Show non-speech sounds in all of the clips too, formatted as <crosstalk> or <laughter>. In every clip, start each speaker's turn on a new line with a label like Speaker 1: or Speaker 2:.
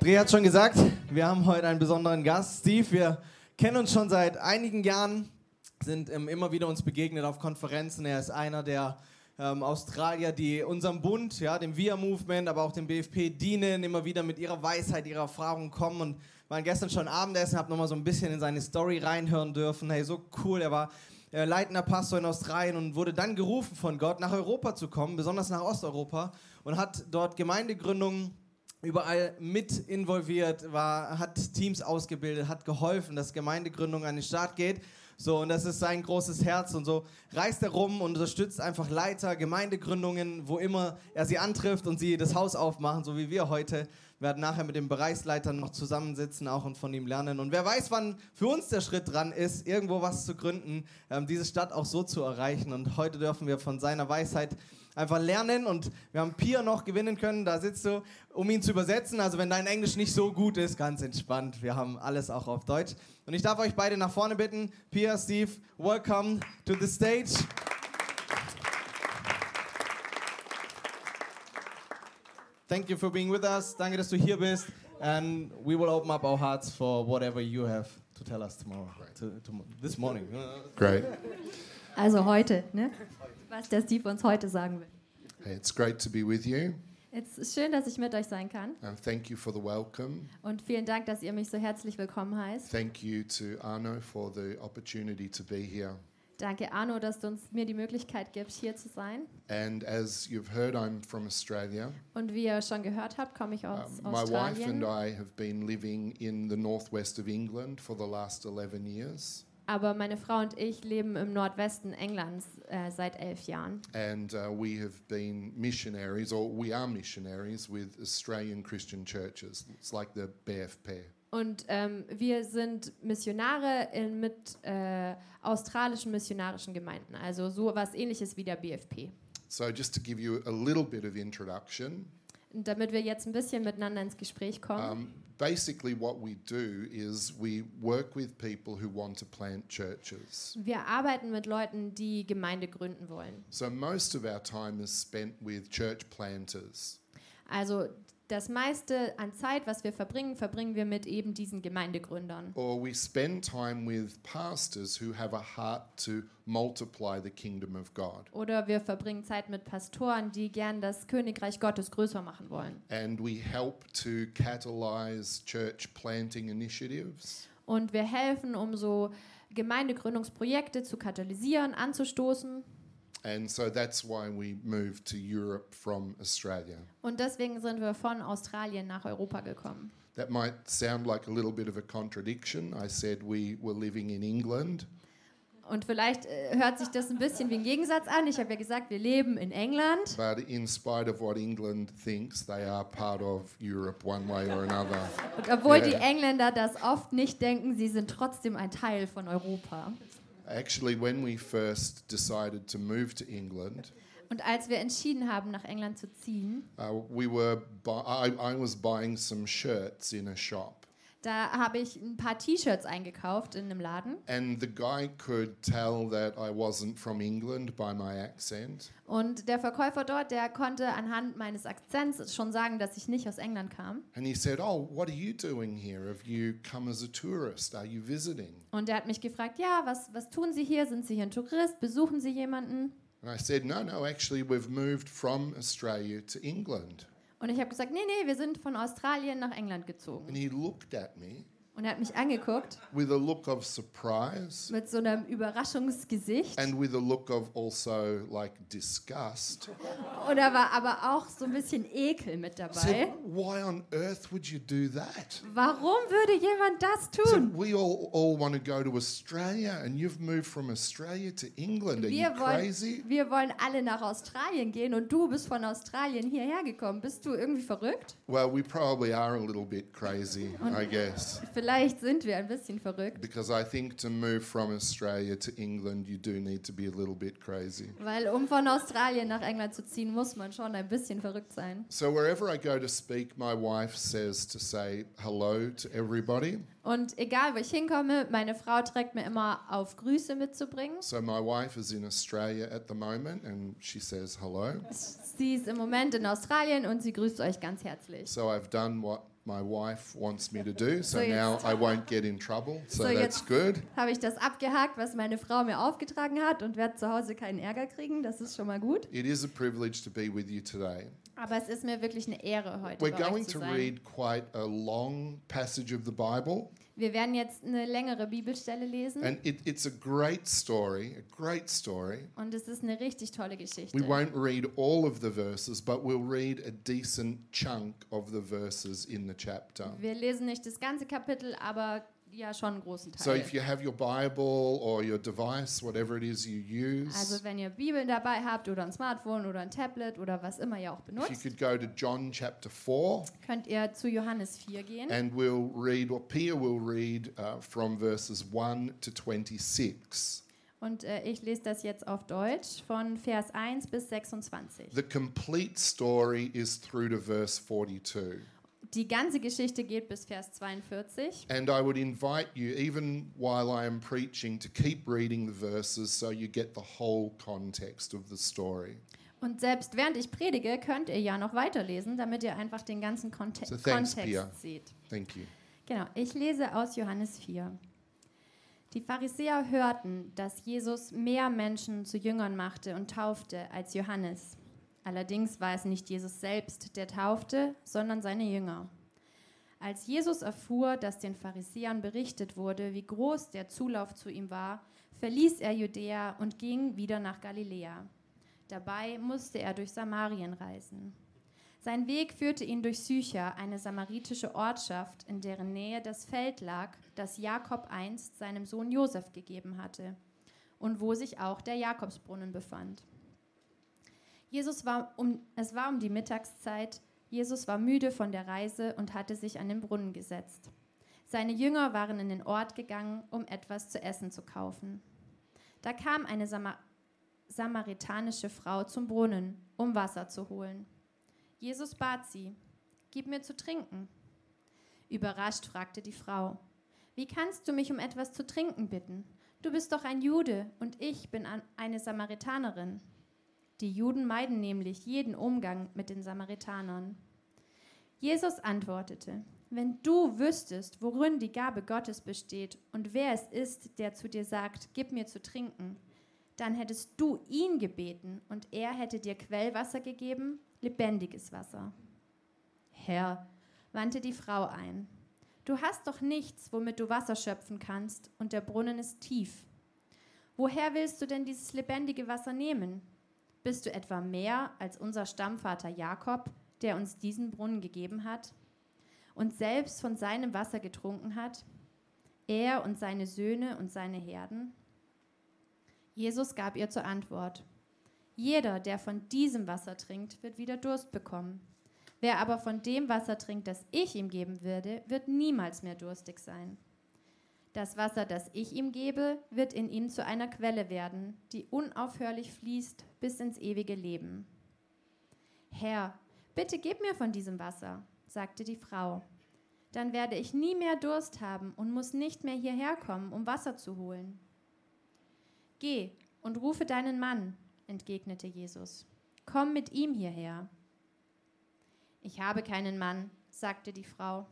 Speaker 1: Dre hat schon gesagt, wir haben heute einen besonderen Gast. Steve, wir kennen uns schon seit einigen Jahren, sind ähm, immer wieder uns begegnet auf Konferenzen. Er ist einer der ähm, Australier, die unserem Bund, ja, dem Via Movement, aber auch dem BFP dienen, immer wieder mit ihrer Weisheit, ihrer Erfahrung kommen und waren gestern schon Abendessen, hab nochmal so ein bisschen in seine Story reinhören dürfen. Hey, so cool, er war äh, leitender Pastor in Australien und wurde dann gerufen von Gott, nach Europa zu kommen, besonders nach Osteuropa und hat dort Gemeindegründungen überall mit involviert war, hat Teams ausgebildet, hat geholfen, dass Gemeindegründung an den Start geht. So, und das ist sein großes Herz und so reist er rum und unterstützt einfach Leiter, Gemeindegründungen, wo immer er sie antrifft und sie das Haus aufmachen, so wie wir heute. Wir werden nachher mit den Bereichsleitern noch zusammensitzen auch und von ihm lernen. Und wer weiß, wann für uns der Schritt dran ist, irgendwo was zu gründen, ähm, diese Stadt auch so zu erreichen. Und heute dürfen wir von seiner Weisheit einfach lernen und wir haben Pia noch gewinnen können, da sitzt du, um ihn zu übersetzen. Also wenn dein Englisch nicht so gut ist, ganz entspannt, wir haben alles auch auf Deutsch. Und ich darf euch beide nach vorne bitten. Pia, Steve, welcome to the stage. Thank you for being with us. Danke, dass du hier bist. And we will open up our hearts for whatever you have to tell us tomorrow. To, to, this morning.
Speaker 2: Great.
Speaker 3: Also heute, ne? Was der Steve uns heute sagen will.
Speaker 2: Hey, It's great to be with you,
Speaker 3: Es ist schön, dass ich mit euch sein kann
Speaker 2: and thank you for the welcome.
Speaker 3: und vielen Dank, dass ihr mich so herzlich willkommen heißt.
Speaker 2: Thank you to Arno for the opportunity to be here.
Speaker 3: Danke Arno, dass du uns mir die Möglichkeit gibst, hier zu sein.
Speaker 2: And as you've heard, I'm from Australia.
Speaker 3: Und wie ihr schon gehört habt, komme ich aus
Speaker 2: Uh, my wife and
Speaker 3: Australien.
Speaker 2: I have been living in the northwest of England for the last 11 years,
Speaker 3: Aber meine Frau und ich leben im Nordwesten Englands äh, seit elf Jahren.
Speaker 2: and uh, we have been missionaries, or we are missionaries, with Australian Christian churches. It's like the BFP.
Speaker 3: Und ähm, wir sind Missionare in, mit äh, australischen missionarischen Gemeinden. Also so was ähnliches wie der BFP.
Speaker 2: So, just to give you a little bit of introduction,
Speaker 3: Und damit wir jetzt ein bisschen miteinander ins Gespräch kommen.
Speaker 2: Um, basically, what we do is we work with people who want to plant churches.
Speaker 3: Wir arbeiten mit Leuten, die Gemeinde gründen wollen.
Speaker 2: So most of our time is spent with church planters.
Speaker 3: Also das meiste an Zeit, was wir verbringen, verbringen wir mit eben diesen Gemeindegründern.
Speaker 2: Or we spend time with pastors who have a heart to multiply the kingdom of God.
Speaker 3: Oder wir verbringen Zeit mit Pastoren, die gern das Königreich Gottes größer machen wollen.
Speaker 2: And we help to catalyze church planting initiatives.
Speaker 3: Und wir helfen, um so Gemeindegründungsprojekte zu katalysieren, anzustoßen.
Speaker 2: And so that's why we moved to Europe from Australia.
Speaker 3: Und deswegen sind wir von Australien nach Europa gekommen.
Speaker 2: That might sound like a little bit of a contradiction. I said we were living in England.
Speaker 3: Und vielleicht äh, hört sich das ein bisschen wie ein Gegensatz an. Ich habe ja gesagt, wir leben in England.
Speaker 2: But in spite of what England thinks, they are part of Europe one way or another.
Speaker 3: Und obwohl
Speaker 2: Ja.
Speaker 3: die Engländer das oft nicht denken, sie sind trotzdem ein Teil von Europa.
Speaker 2: Actually, when we first decided to move to England,
Speaker 3: Und als wir entschieden haben, nach England zu ziehen,
Speaker 2: uh, we were bu- I, I was buying some shirts in a shop,
Speaker 3: da habe ich ein paar T-Shirts eingekauft in einem Laden.
Speaker 2: and the guy could tell that I wasn't from England by my accent.
Speaker 3: Und der Verkäufer dort, der konnte anhand meines Akzents schon sagen, dass ich nicht aus England kam.
Speaker 2: And he said, "Oh, what are you doing here? Have you come as a tourist? Are you visiting?"
Speaker 3: Und er hat mich gefragt, ja, was, was tun Sie hier? Sind Sie hier ein Tourist? Besuchen Sie jemanden?
Speaker 2: And I said, "No, no. Actually, we've moved from Australia to England."
Speaker 3: Und ich habe gesagt, nee, nee, wir sind von Australien nach England gezogen.
Speaker 2: And he looked at me
Speaker 3: Und Und er hat mich angeguckt
Speaker 2: with a look of surprise
Speaker 3: mit so einem Überraschungsgesicht.
Speaker 2: and with a look of also like disgust.
Speaker 3: Und da war aber auch so ein bisschen Ekel mit
Speaker 2: Said,
Speaker 3: dabei.
Speaker 2: why on earth would you do that?
Speaker 3: Warum würde jemand das tun?
Speaker 2: Said, we all, all want to go to Australia and you've moved from Australia to England. Are you
Speaker 3: Wir
Speaker 2: crazy?
Speaker 3: wollen, wir wollen alle nach Australien gehen und du bist von Australien hierher gekommen. Bist du irgendwie verrückt?
Speaker 2: Well, we probably are a little bit crazy, I guess.
Speaker 3: Vielleicht sind wir ein bisschen verrückt,
Speaker 2: Because I think to move from Australia to England, you do need to be a little bit crazy.
Speaker 3: weil um von Australien nach England zu ziehen, muss man schon ein bisschen verrückt sein.
Speaker 2: So wherever I go to speak, my wife says to say hello to everybody.
Speaker 3: Und egal, wo ich hinkomme, meine Frau trägt mir immer auf, Grüße mitzubringen.
Speaker 2: So my wife is in Australia at the moment and she says hello.
Speaker 3: Sie ist im Moment in Australien und sie grüßt euch ganz herzlich.
Speaker 2: So I've done what my wife wants me to <laughs> do. So,
Speaker 3: So you-
Speaker 2: now I won't get in <laughs> trouble. So,
Speaker 3: So you-
Speaker 2: that's good.
Speaker 3: Habe ich das abgehakt, was meine Frau mir aufgetragen hat und werde zu Hause keinen Ärger kriegen. Das ist schon mal gut.
Speaker 2: It is a privilege to be with you today.
Speaker 3: Aber es ist mir wirklich eine Ehre, heute
Speaker 2: We're
Speaker 3: bei
Speaker 2: going
Speaker 3: euch
Speaker 2: to
Speaker 3: zu sein.
Speaker 2: read quite a long passage of the Bible,
Speaker 3: Wir werden jetzt eine längere Bibelstelle lesen
Speaker 2: and it, it's a great story, a great story.
Speaker 3: und es ist eine richtig tolle Geschichte.
Speaker 2: We won't read all of the verses, but we'll read a decent chunk of the verses in the chapter.
Speaker 3: Wir lesen nicht das ganze Kapitel, aber ja schon einen großen
Speaker 2: So
Speaker 3: Teil.
Speaker 2: if you have your Bible or your device, whatever it is you
Speaker 3: also
Speaker 2: use,
Speaker 3: wenn ihr Bibeln dabei habt oder ein Smartphone oder ein Tablet oder was immer ihr auch
Speaker 2: if you
Speaker 3: benutzt,
Speaker 2: could go to John chapter 4,
Speaker 3: könnt ihr zu Johannes 4 gehen.
Speaker 2: and we'll read, or Pia will read uh, from verses 1 to 26.
Speaker 3: Und äh, ich lese das jetzt auf Deutsch von Vers 1 bis 26.
Speaker 2: The complete story is through to verse 42.
Speaker 3: Die ganze Geschichte geht bis Vers 42.
Speaker 2: And I would invite you, even while I am preaching, to keep reading the verses so you get the whole context of the story.
Speaker 3: Und selbst während ich predige, könnt ihr ja noch weiterlesen, damit ihr einfach den ganzen Konte
Speaker 2: So thanks,
Speaker 3: Kontext
Speaker 2: Pia.
Speaker 3: seht.
Speaker 2: Thank you.
Speaker 3: Genau, ich lese aus Johannes 4. Die Pharisäer hörten, dass Jesus mehr Menschen zu Jüngern machte und taufte als Johannes. Allerdings war es nicht Jesus selbst, der taufte, sondern seine Jünger. Als Jesus erfuhr, dass den Pharisäern berichtet wurde, wie groß der Zulauf zu ihm war, verließ er Judäa und ging wieder nach Galiläa. Dabei musste er durch Samarien reisen. Sein Weg führte ihn durch Sychar, eine samaritische Ortschaft, in deren Nähe das Feld lag, das Jakob einst seinem Sohn Josef gegeben hatte und wo sich auch der Jakobsbrunnen befand. Jesus war um, es war um die Mittagszeit, Jesus war müde von der Reise und hatte sich an den Brunnen gesetzt. Seine Jünger waren in den Ort gegangen, um etwas zu essen zu kaufen. Da kam eine Sama samaritanische Frau zum Brunnen, um Wasser zu holen. Jesus bat sie, gib mir zu trinken. Überrascht fragte die Frau, wie kannst du mich um etwas zu trinken bitten? Du bist doch ein Jude und ich bin an- eine Samaritanerin. Die Juden meiden nämlich jeden Umgang mit den Samaritanern. Jesus antwortete, wenn du wüsstest, worin die Gabe Gottes besteht und wer es ist, der zu dir sagt, gib mir zu trinken, dann hättest du ihn gebeten und er hätte dir Quellwasser gegeben, lebendiges Wasser. Herr, wandte die Frau ein, du hast doch nichts, womit du Wasser schöpfen kannst, und der Brunnen ist tief. Woher willst du denn dieses lebendige Wasser nehmen? Bist du etwa mehr als unser Stammvater Jakob, der uns diesen Brunnen gegeben hat und selbst von seinem Wasser getrunken hat? Er und seine Söhne und seine Herden? Jesus gab ihr zur Antwort, jeder, der von diesem Wasser trinkt, wird wieder Durst bekommen. Wer aber von dem Wasser trinkt, das ich ihm geben würde, wird niemals mehr durstig sein. Das Wasser, das ich ihm gebe, wird in ihm zu einer Quelle werden, die unaufhörlich fließt bis ins ewige Leben. Herr, bitte gib mir von diesem Wasser, sagte die Frau. Dann werde ich nie mehr Durst haben und muss nicht mehr hierher kommen, um Wasser zu holen. Geh und rufe deinen Mann, entgegnete Jesus. Komm mit ihm hierher. Ich habe keinen Mann, sagte die Frau.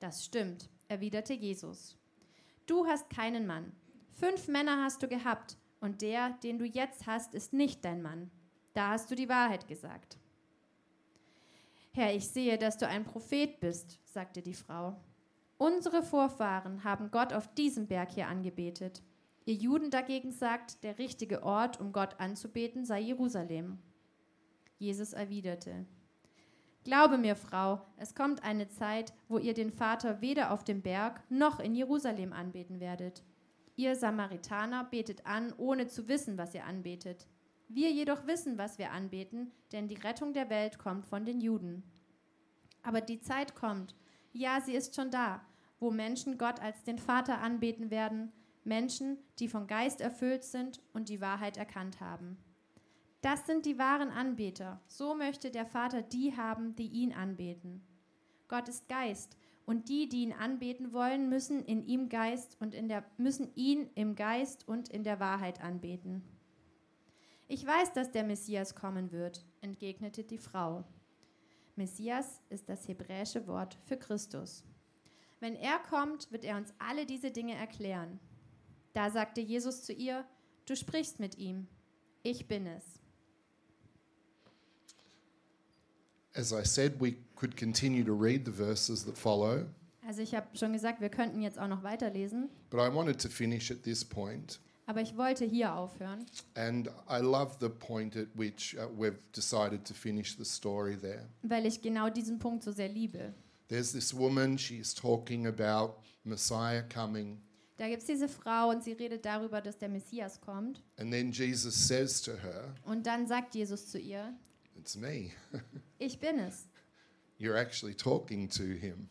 Speaker 3: Das stimmt, erwiderte Jesus. Du hast keinen Mann. Fünf Männer hast du gehabt, und der, den du jetzt hast, ist nicht dein Mann. Da hast du die Wahrheit gesagt. Herr, ich sehe, dass du ein Prophet bist, sagte die Frau. Unsere Vorfahren haben Gott auf diesem Berg hier angebetet. Ihr Juden dagegen sagt, der richtige Ort, um Gott anzubeten, sei Jerusalem. Jesus erwiderte, Glaube mir, Frau, es kommt eine Zeit, wo ihr den Vater weder auf dem Berg noch in Jerusalem anbeten werdet. Ihr Samaritaner betet an, ohne zu wissen, was ihr anbetet. Wir jedoch wissen, was wir anbeten, denn die Rettung der Welt kommt von den Juden. Aber die Zeit kommt, ja, sie ist schon da, wo Menschen Gott als den Vater anbeten werden, Menschen, die vom Geist erfüllt sind und die Wahrheit erkannt haben. Das sind die wahren Anbeter. So möchte der Vater die haben, die ihn anbeten. Gott ist Geist und die, die ihn anbeten wollen, müssen in ihm Geist und in der müssen ihn im Geist und in der Wahrheit anbeten. Ich weiß, dass der Messias kommen wird, entgegnete die Frau. Messias ist das hebräische Wort für Christus. Wenn er kommt, wird er uns alle diese Dinge erklären. Da sagte Jesus zu ihr, du sprichst mit ihm, ich bin es.
Speaker 2: As I said, we could continue to read the verses that follow,
Speaker 3: Also ich habe schon gesagt, wir könnten jetzt auch noch weiterlesen,
Speaker 2: but I wanted to finish at this point.
Speaker 3: aber ich wollte hier aufhören.
Speaker 2: And I love the point at which uh, we've decided to finish the story there.
Speaker 3: weil ich genau diesen Punkt so sehr liebe.
Speaker 2: There's this woman, she's talking about Messiah coming.
Speaker 3: Da gibt es diese Frau und sie redet darüber, dass der Messias kommt.
Speaker 2: And then Jesus says to her,
Speaker 3: Und dann sagt Jesus zu ihr,
Speaker 2: It's me.
Speaker 3: ich bin es.
Speaker 2: You're actually talking to him.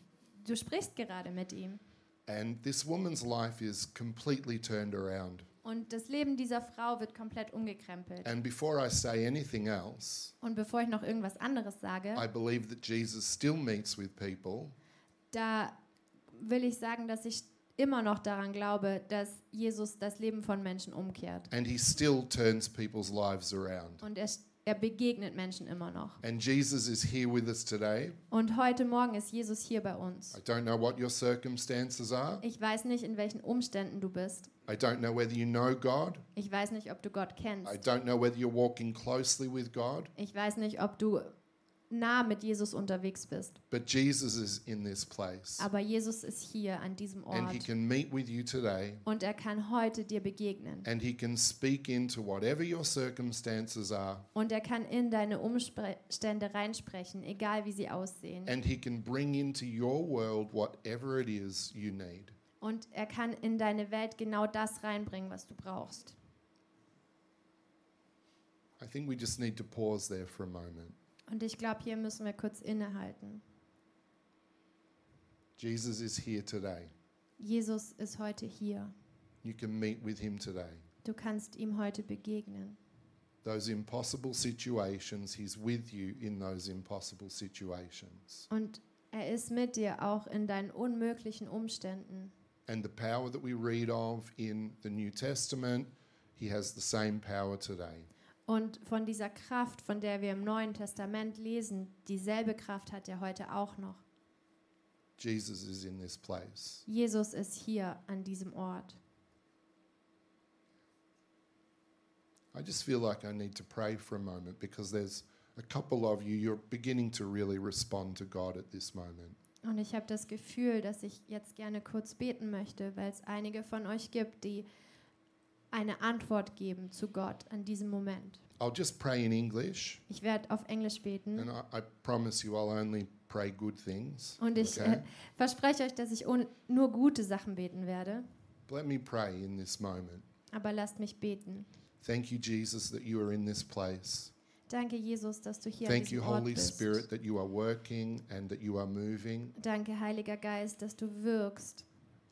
Speaker 3: Du sprichst gerade mit ihm.
Speaker 2: And this woman's life is completely turned around.
Speaker 3: Und das Leben dieser Frau wird komplett umgekrempelt.
Speaker 2: And before I say anything else,
Speaker 3: Und bevor ich noch irgendwas anderes sage,
Speaker 2: I believe that Jesus still meets with people
Speaker 3: da will ich sagen, dass ich immer noch daran glaube, dass Jesus das Leben von Menschen umkehrt.
Speaker 2: and he still turns people's lives around.
Speaker 3: Und er, er begegnet Menschen immer noch.
Speaker 2: And Jesus is here with us today.
Speaker 3: Und heute Morgen ist Jesus hier bei uns.
Speaker 2: I don't know what your circumstances are.
Speaker 3: Ich weiß nicht, in welchen Umständen du bist.
Speaker 2: I don't know whether you know God.
Speaker 3: Ich weiß nicht, ob du Gott
Speaker 2: I
Speaker 3: kennst.
Speaker 2: don't know whether you're walking closely with God.
Speaker 3: Ich weiß nicht, ob du nah mit Jesus unterwegs bist.
Speaker 2: But Jesus is in this place.
Speaker 3: Aber Jesus ist hier an diesem
Speaker 2: And he
Speaker 3: Ort
Speaker 2: can meet with you today.
Speaker 3: und er kann heute dir begegnen.
Speaker 2: And he can speak into whatever your circumstances are.
Speaker 3: Und er kann in deine Umstände reinsprechen, egal wie sie aussehen.
Speaker 2: And he can bring into your world whatever it is you need.
Speaker 3: Und er kann in deine Welt genau das reinbringen, was du brauchst.
Speaker 2: I think we just need to pause there for a moment.
Speaker 3: Und ich glaube, hier müssen wir kurz innehalten.
Speaker 2: Jesus is here today.
Speaker 3: Jesus ist heute hier.
Speaker 2: You can meet with him today.
Speaker 3: Du kannst ihm heute begegnen.
Speaker 2: Those impossible situations, he's with you in those impossible situations.
Speaker 3: Und er ist mit dir auch in deinen unmöglichen Umständen.
Speaker 2: And the power that we read of in the New Testament, he has the same power today.
Speaker 3: Und von dieser Kraft, von der wir im Neuen Testament lesen, dieselbe Kraft hat er heute auch noch.
Speaker 2: Jesus is in this place.
Speaker 3: Jesus ist hier an diesem Ort.
Speaker 2: I just feel like I need to pray for a moment because there's a couple of you, you're beginning to really respond to God at this moment.
Speaker 3: Und ich habe das Gefühl, dass ich jetzt gerne kurz beten möchte, weil es einige von euch gibt, die eine Antwort geben zu Gott an diesem Moment.
Speaker 2: I'll just pray in English
Speaker 3: Ich werde auf Englisch beten
Speaker 2: and I, I promise you I'll only pray good things.
Speaker 3: und ich
Speaker 2: okay?
Speaker 3: äh, verspreche euch, dass ich un- nur gute Sachen beten werde,
Speaker 2: Let me pray in this moment.
Speaker 3: aber lasst mich beten.
Speaker 2: Thank you, Jesus, that you are in this place.
Speaker 3: Danke, Jesus, dass du hier an
Speaker 2: Thank
Speaker 3: diesem
Speaker 2: you,
Speaker 3: Ort
Speaker 2: Holy
Speaker 3: bist.
Speaker 2: Spirit, that you are working and that you are moving.
Speaker 3: Danke, Heiliger Geist, dass du wirkst.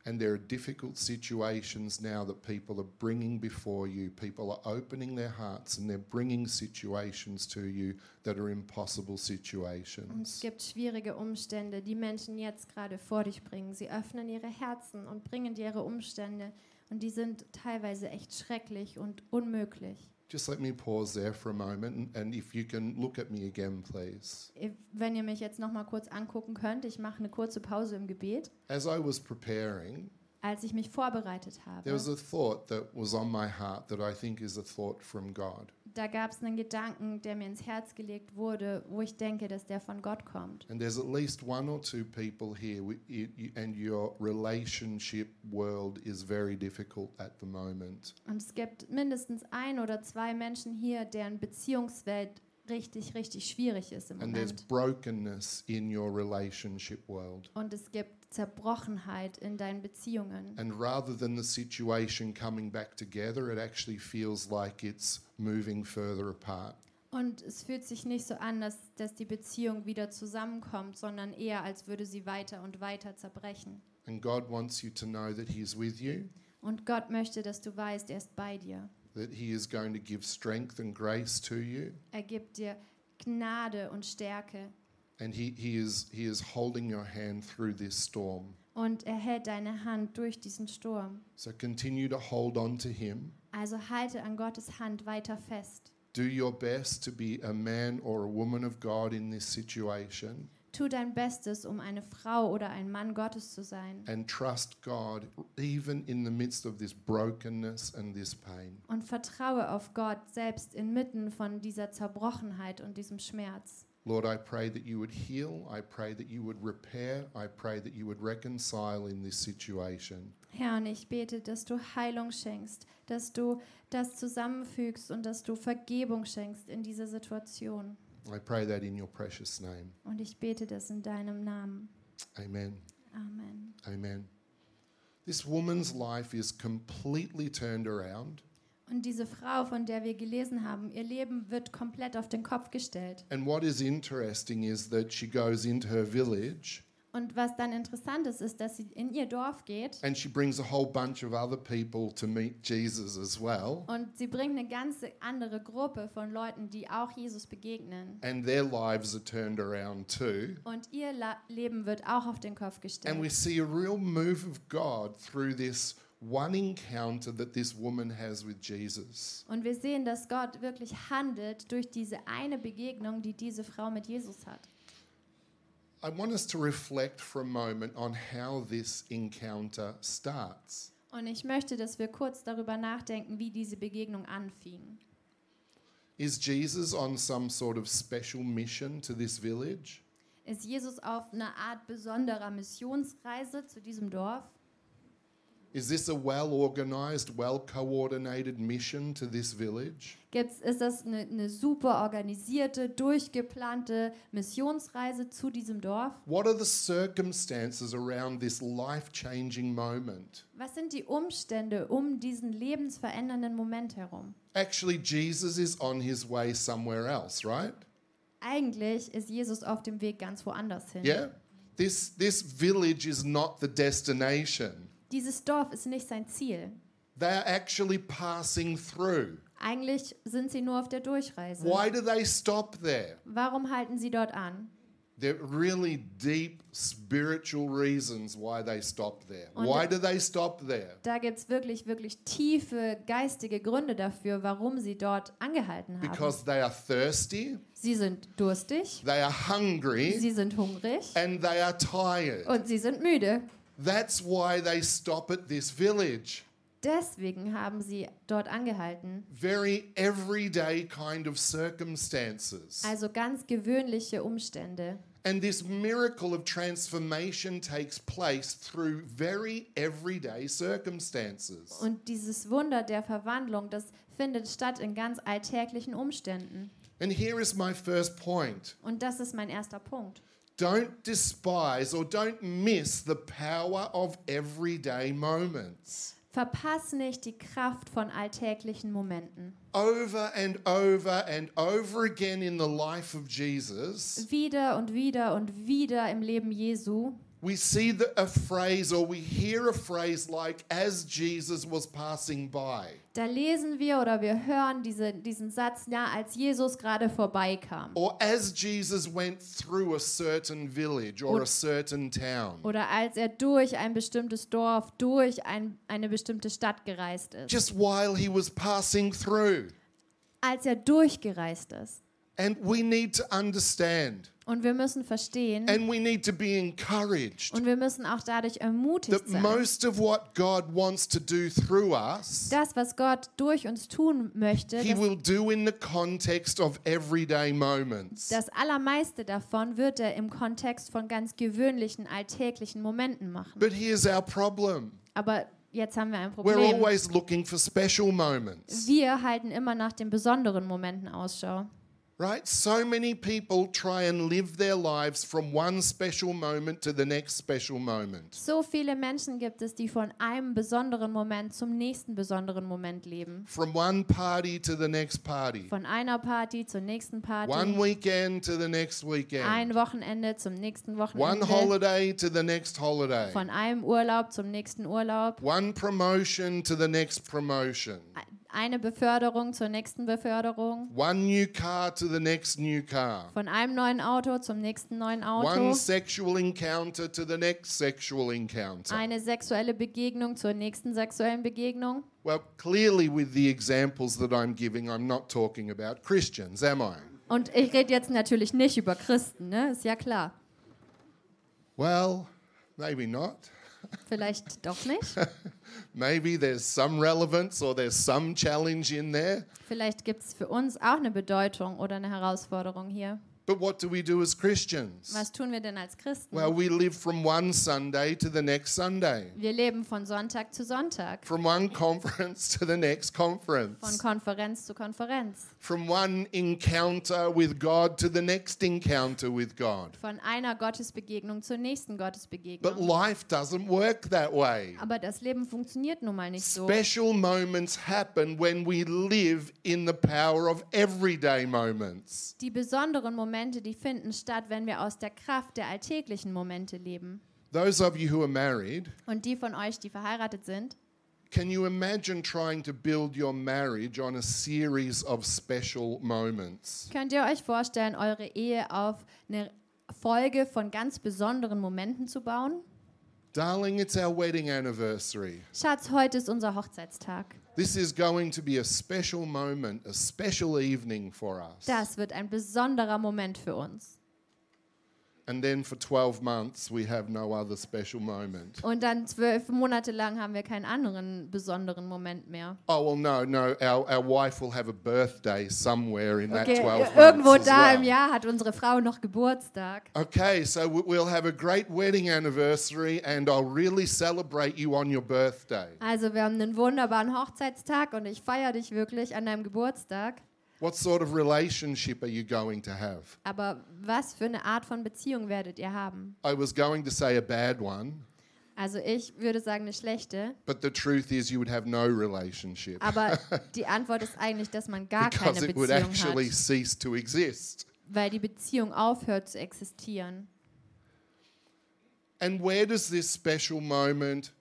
Speaker 2: And there are difficult situations now that people are bringing before you. People are opening their hearts and they're bringing situations to you that are impossible
Speaker 3: Und es
Speaker 2: situations.
Speaker 3: gibt schwierige Umstände, die Menschen jetzt gerade vor dich bringen. Sie öffnen ihre Herzen und bringen dir ihre Umstände. Und die sind teilweise echt schrecklich und unmöglich.
Speaker 2: Just let me pause there for a moment. And, and if you can look at me again, please.
Speaker 3: Ihr- Wenn ihr mich jetzt noch mal kurz angucken könnt, ich mache eine kurze Pause im Gebet.
Speaker 2: As I was preparing,
Speaker 3: als ich mich vorbereitet
Speaker 2: There was
Speaker 3: habe.
Speaker 2: a thought that was on my heart that I think is a thought from God.
Speaker 3: Da gab es einen Gedanken, der mir ins Herz gelegt wurde, wo ich denke, dass der von Gott kommt.
Speaker 2: And there's at least one or two people here, wi- you- you- and your relationship world is very difficult at the moment.
Speaker 3: Und es gibt mindestens ein oder zwei Menschen hier, deren Beziehungswelt richtig, richtig schwierig ist im
Speaker 2: And there's
Speaker 3: Moment.
Speaker 2: brokenness in your relationship world.
Speaker 3: Und es gibt Zerbrochenheit in deinen Beziehungen.
Speaker 2: And rather than the situation coming back together, it actually feels like it's moving further apart.
Speaker 3: Und es fühlt sich nicht so an, dass, dass die Beziehung wieder zusammenkommt, sondern eher, als würde sie weiter und weiter zerbrechen.
Speaker 2: And God wants you to know that He's with you,
Speaker 3: Und Gott möchte, dass du weißt, er ist bei dir.
Speaker 2: that He is going to give strength and grace to you,
Speaker 3: Er gibt dir Gnade und Stärke
Speaker 2: and He, he, is, he is holding your hand through this storm.
Speaker 3: und er hält deine Hand durch diesen Sturm.
Speaker 2: So continue to hold on to Him.
Speaker 3: Also halte an Gottes Hand weiter fest.
Speaker 2: Do your best to be a man or a woman of God in this situation
Speaker 3: Tu dein Bestes, um eine Frau oder ein Mann Gottes zu sein.
Speaker 2: and trust God even in the midst of this brokenness and this pain.
Speaker 3: Und vertraue auf Gott selbst inmitten von dieser Zerbrochenheit und diesem Schmerz.
Speaker 2: Lord, I pray that you would heal. I pray that you would repair. I pray that you would reconcile in this situation.
Speaker 3: Herr, und ich bete, dass du Heilung schenkst, dass du das zusammenfügst und dass du Vergebung schenkst in dieser Situation.
Speaker 2: I pray that in your precious name.
Speaker 3: Und ich bete das in deinem Namen.
Speaker 2: Amen.
Speaker 3: Amen.
Speaker 2: Amen. This woman's life is completely turned around.
Speaker 3: Und diese Frau, von der wir gelesen haben, ihr Leben wird komplett auf den Kopf gestellt.
Speaker 2: And what is interesting is that she goes into her village
Speaker 3: Und was dann interessant ist, ist, dass sie in ihr Dorf geht
Speaker 2: and she brings a whole bunch of other people to meet Jesus as well.
Speaker 3: und sie bringt eine ganze andere Gruppe von Leuten, die auch Jesus begegnen.
Speaker 2: And their lives are turned around too.
Speaker 3: Und ihr La Leben wird auch auf den Kopf gestellt.
Speaker 2: And we see a real move of God through this one encounter that this woman has with Jesus.
Speaker 3: Und wir sehen, dass Gott wirklich handelt durch diese eine Begegnung, die diese Frau mit Jesus hat.
Speaker 2: I want us to reflect for a moment on how this encounter starts.
Speaker 3: Und ich möchte, dass wir kurz darüber nachdenken, wie diese Begegnung anfing.
Speaker 2: Is Jesus on some sort of special mission to this village?
Speaker 3: Ist Jesus auf einer Art besonderer Missionsreise zu diesem Dorf?
Speaker 2: Is this a well organized, well coordinated mission to this village?
Speaker 3: Gibt's, ist das eine, eine super organisierte, durchgeplante Missionsreise zu diesem Dorf?
Speaker 2: What are the circumstances around this life changing moment?
Speaker 3: Was sind die Umstände um diesen lebensverändernden Moment herum?
Speaker 2: Actually, Jesus is on his way somewhere else, right?
Speaker 3: Eigentlich ist Jesus auf dem Weg ganz woanders hin.
Speaker 2: Yeah. This this village is not the destination.
Speaker 3: Dieses Dorf ist nicht sein Ziel.
Speaker 2: They are actually passing through.
Speaker 3: Eigentlich sind sie nur auf der Durchreise.
Speaker 2: Why do they stop there?
Speaker 3: Warum halten sie dort an?
Speaker 2: There are really deep spiritual reasons why they stop there.
Speaker 3: Und-
Speaker 2: Why do they stop there?
Speaker 3: Da gibt es wirklich, wirklich tiefe geistige Gründe dafür, warum sie dort angehalten haben.
Speaker 2: Because they are thirsty,
Speaker 3: sie sind durstig,
Speaker 2: they are hungry,
Speaker 3: sie sind hungrig
Speaker 2: and they are tired.
Speaker 3: und sie sind müde.
Speaker 2: That's why they stop at this village.
Speaker 3: Deswegen haben sie dort angehalten.
Speaker 2: Very everyday kind of circumstances.
Speaker 3: Also ganz gewöhnliche Umstände.
Speaker 2: And this miracle of transformation takes place through very everyday circumstances.
Speaker 3: Und dieses Wunder der Verwandlung, das findet statt in ganz alltäglichen Umständen.
Speaker 2: And here is my first point
Speaker 3: Und das ist mein erster Punkt.
Speaker 2: don't despise or don't miss the power of everyday moments.
Speaker 3: Verpass nicht die Kraft von alltäglichen Momenten.
Speaker 2: Over and over and over again in the life of Jesus,
Speaker 3: wieder und wieder und wieder im Leben Jesu
Speaker 2: we see the, a phrase or we hear a phrase like, as Jesus was passing by,
Speaker 3: da lesen wir oder wir hören diese, diesen Satz, ja, als Jesus gerade vorbeikam.
Speaker 2: or as Jesus went through a certain village or
Speaker 3: Or-
Speaker 2: a certain town.
Speaker 3: Oder als er durch ein bestimmtes Dorf, durch ein, eine bestimmte Stadt gereist ist.
Speaker 2: just while he was passing through.
Speaker 3: Als er durchgereist ist.
Speaker 2: And we need to understand
Speaker 3: Und wir müssen verstehen
Speaker 2: and we need to be encouraged
Speaker 3: und wir müssen auch dadurch ermutigt
Speaker 2: that
Speaker 3: sein.
Speaker 2: most of what God wants to do through us,
Speaker 3: Das, was Gott durch uns tun möchte,
Speaker 2: He
Speaker 3: das,
Speaker 2: will do in the context of everyday moments.
Speaker 3: das Allermeiste davon wird er im Kontext von ganz gewöhnlichen, alltäglichen Momenten machen.
Speaker 2: But here's our problem
Speaker 3: Aber jetzt haben wir ein
Speaker 2: we're
Speaker 3: Problem.
Speaker 2: always looking for special moments.
Speaker 3: Wir halten immer nach den besonderen Momenten Ausschau.
Speaker 2: Right? So many people try and live their lives from one special moment to the next special moment.
Speaker 3: So viele Menschen gibt es, die von einem besonderen Moment zum nächsten besonderen Moment leben.
Speaker 2: From one party to the next party.
Speaker 3: Von einer Party zur nächsten Party,
Speaker 2: One weekend to the next
Speaker 3: ein
Speaker 2: weekend.
Speaker 3: Wochenende zum nächsten
Speaker 2: One
Speaker 3: Wochenende,
Speaker 2: holiday to the next holiday.
Speaker 3: von einem Urlaub zum nächsten Urlaub,
Speaker 2: One promotion to the next promotion.
Speaker 3: eine Beförderung zur nächsten Beförderung,
Speaker 2: One new car to the next new car.
Speaker 3: von einem neuen Auto zum nächsten neuen Auto,
Speaker 2: One sexual encounter to the next sexual encounter.
Speaker 3: eine sexuelle Begegnung zur nächsten sexuellen Begegnung.
Speaker 2: Well, clearly, with the examples that I'm giving, I'm not talking about Christians, am I?
Speaker 3: Und ich rede jetzt natürlich nicht über Christen, ne? ist ja klar.
Speaker 2: Well, maybe not.
Speaker 3: Vielleicht doch nicht.
Speaker 2: Maybe there's some relevance or there's some challenge in there.
Speaker 3: Vielleicht gibt es für uns auch eine Bedeutung oder eine Herausforderung hier.
Speaker 2: But what do we do as Christians?
Speaker 3: Was tun wir denn als Christen?
Speaker 2: Well, we live from one Sunday to the next Sunday,
Speaker 3: wir leben von Sonntag zu Sonntag,
Speaker 2: from one conference to the next
Speaker 3: von
Speaker 2: conference,
Speaker 3: Konferenz zu Konferenz,
Speaker 2: from one encounter with God to the next encounter with God.
Speaker 3: von einer Gottesbegegnung zur nächsten
Speaker 2: But
Speaker 3: Gottesbegegnung.
Speaker 2: life doesn't work that way.
Speaker 3: Aber das Leben funktioniert nun mal nicht so.
Speaker 2: Special moments happen when we live in the power of everyday moments.
Speaker 3: Die besonderen Momente, die finden statt, wenn wir aus der Kraft der alltäglichen Momente leben.
Speaker 2: Those of you who are married,
Speaker 3: Und die von euch, die verheiratet sind,
Speaker 2: Can you imagine trying to build your marriage on a series of special moments?
Speaker 3: könnt ihr euch vorstellen, eure Ehe auf eine Folge von ganz besonderen Momenten zu bauen?
Speaker 2: Darling, it's our wedding anniversary.
Speaker 3: Schatz, heute ist unser Hochzeitstag.
Speaker 2: This is going to be a special moment, a special evening for us.
Speaker 3: Das wird ein besonderer Moment für uns.
Speaker 2: And then for 12 months, we have no other special moment.
Speaker 3: Und dann zwölf Monate lang haben wir keinen anderen besonderen Moment mehr.
Speaker 2: Oh, well, no, no, our, our wife will have a birthday somewhere in that 12
Speaker 3: <laughs>
Speaker 2: months.
Speaker 3: irgendwo
Speaker 2: as
Speaker 3: da
Speaker 2: well.
Speaker 3: im Jahr hat unsere Frau noch Geburtstag.
Speaker 2: Okay, so we- we'll have a great wedding anniversary, and I'll really celebrate you on your birthday.
Speaker 3: Also wir haben einen wunderbaren Hochzeitstag und ich feiere dich wirklich an deinem Geburtstag.
Speaker 2: What sort of relationship are you going to have?
Speaker 3: Aber was für eine Art von Beziehung werdet ihr haben?
Speaker 2: I was going to say a bad one,
Speaker 3: Also ich würde sagen eine schlechte,
Speaker 2: but the truth is you would have no relationship <laughs>
Speaker 3: aber die Antwort ist eigentlich, dass man gar
Speaker 2: because
Speaker 3: keine
Speaker 2: it would
Speaker 3: Beziehung
Speaker 2: actually
Speaker 3: hat,
Speaker 2: cease to exist.
Speaker 3: weil die Beziehung aufhört zu existieren.
Speaker 2: And where does this special moment,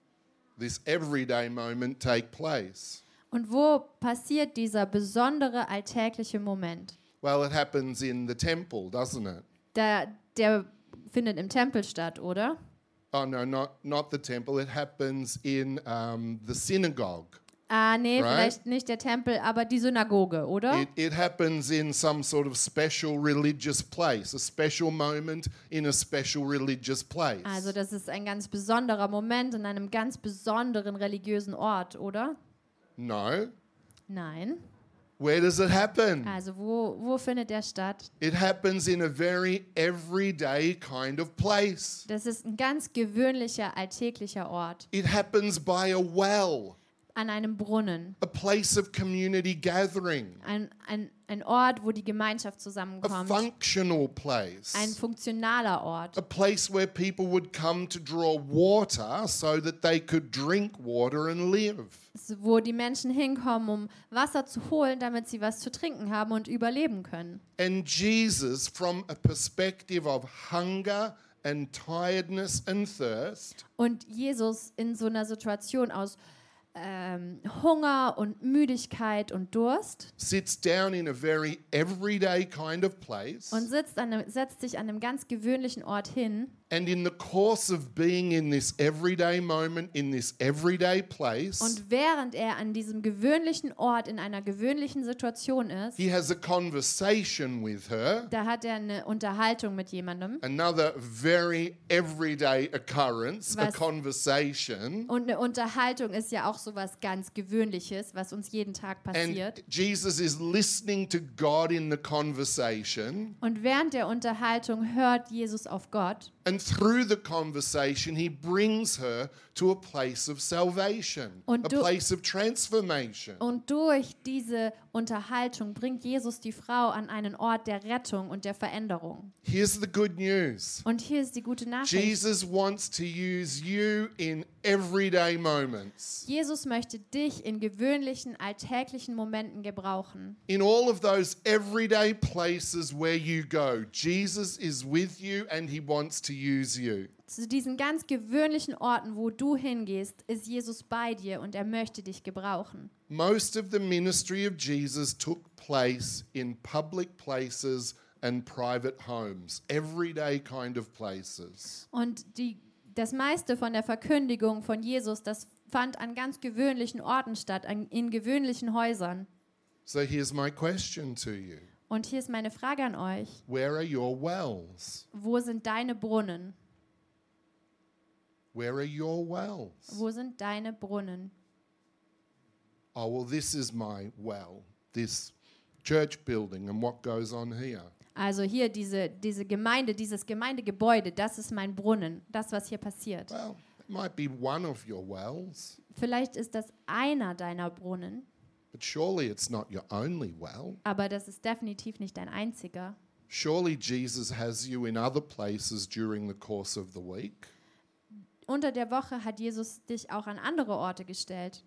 Speaker 2: this everyday moment, take place?
Speaker 3: Und wo passiert dieser besondere alltägliche Moment?
Speaker 2: Well, it happens in the temple, doesn't it?
Speaker 3: Da, der findet im Tempel statt, oder?
Speaker 2: Oh, no, not, not the temple. It happens in um, the synagogue.
Speaker 3: Ah, nee,
Speaker 2: Right.
Speaker 3: vielleicht nicht der Tempel, aber die Synagoge, oder?
Speaker 2: It, it happens in some sort of special religious place, a special moment in a special religious place.
Speaker 3: also das ist ein ganz besonderer Moment in einem ganz besonderen religiösen Ort, oder?
Speaker 2: no.
Speaker 3: Nein.
Speaker 2: Where does it happen?
Speaker 3: Also wo, wo findet der statt?
Speaker 2: It happens in a very everyday kind of place.
Speaker 3: Das ist ein ganz gewöhnlicher, alltäglicher Ort.
Speaker 2: It happens by a well,
Speaker 3: An einem Brunnen.
Speaker 2: a place of community gathering,
Speaker 3: Ein, ein, ein Ort, wo die Gemeinschaft
Speaker 2: a
Speaker 3: zusammenkommt.
Speaker 2: functional
Speaker 3: Ein
Speaker 2: place,
Speaker 3: funktionaler Ort.
Speaker 2: a place where people would come to draw water so that they could drink water and live.
Speaker 3: S- wo die Menschen hinkommen, um Wasser zu holen, damit sie was zu trinken haben und überleben können.
Speaker 2: And Jesus, from a perspective of hunger and tiredness and thirst,
Speaker 3: Und Jesus in so einer Situation aus ähm, Hunger und Müdigkeit und Durst
Speaker 2: sits down in a very everyday kind of place.
Speaker 3: und sitzt an einem, setzt sich an einem ganz gewöhnlichen Ort hin
Speaker 2: And in the course of being in this everyday moment, in this everyday place,
Speaker 3: Und während er an diesem gewöhnlichen Ort in einer gewöhnlichen Situation ist,
Speaker 2: he has a conversation with her,
Speaker 3: da hat er eine Unterhaltung mit jemandem
Speaker 2: another very everyday occurrence, a
Speaker 3: Was-
Speaker 2: conversation.
Speaker 3: und eine Unterhaltung ist ja auch sowas ganz gewöhnliches, was uns jeden Tag
Speaker 2: And
Speaker 3: passiert.
Speaker 2: Jesus is listening to God in the conversation.
Speaker 3: Und während der Unterhaltung hört Jesus auf Gott
Speaker 2: And through the conversation, he brings her to a place of salvation,
Speaker 3: Und
Speaker 2: a
Speaker 3: du-
Speaker 2: place of transformation.
Speaker 3: und durch diese Unterhaltung bringt Jesus die Frau an einen Ort der Rettung und der Veränderung.
Speaker 2: Here's the good news
Speaker 3: Und hier ist die gute Nachricht.
Speaker 2: Jesus wants to use you in everyday moments.
Speaker 3: Jesus möchte dich in gewöhnlichen, alltäglichen Momenten gebrauchen.
Speaker 2: In all of those everyday places where you go, Jesus is with you and he wants to use you.
Speaker 3: Zu diesen ganz gewöhnlichen Orten, wo du hingehst, ist Jesus bei dir und er möchte dich gebrauchen.
Speaker 2: Most of the ministry of Jesus took place in public places and private homes, everyday kind of places.
Speaker 3: Und die, das meiste von der Verkündigung von Jesus, das fand an ganz gewöhnlichen Orten statt, an, in gewöhnlichen Häusern.
Speaker 2: So here's my question to you
Speaker 3: Und hier ist meine Frage an euch.
Speaker 2: Where are your wells?
Speaker 3: Wo sind deine Brunnen?
Speaker 2: Where are your wells?
Speaker 3: Wo sind deine Brunnen?
Speaker 2: Oh, well, this is my well, this church building and what goes on here.
Speaker 3: Also hier diese, diese Gemeinde, dieses Gemeindegebäude, das ist mein Brunnen, das, was hier passiert.
Speaker 2: Well, it might be one of your wells,
Speaker 3: Vielleicht ist das einer deiner Brunnen,
Speaker 2: but surely it's not your only well.
Speaker 3: aber das ist definitiv nicht dein einziger.
Speaker 2: Surely Jesus has you in other places during the course of the week.
Speaker 3: Unter der Woche hat Jesus dich auch an andere Orte gestellt.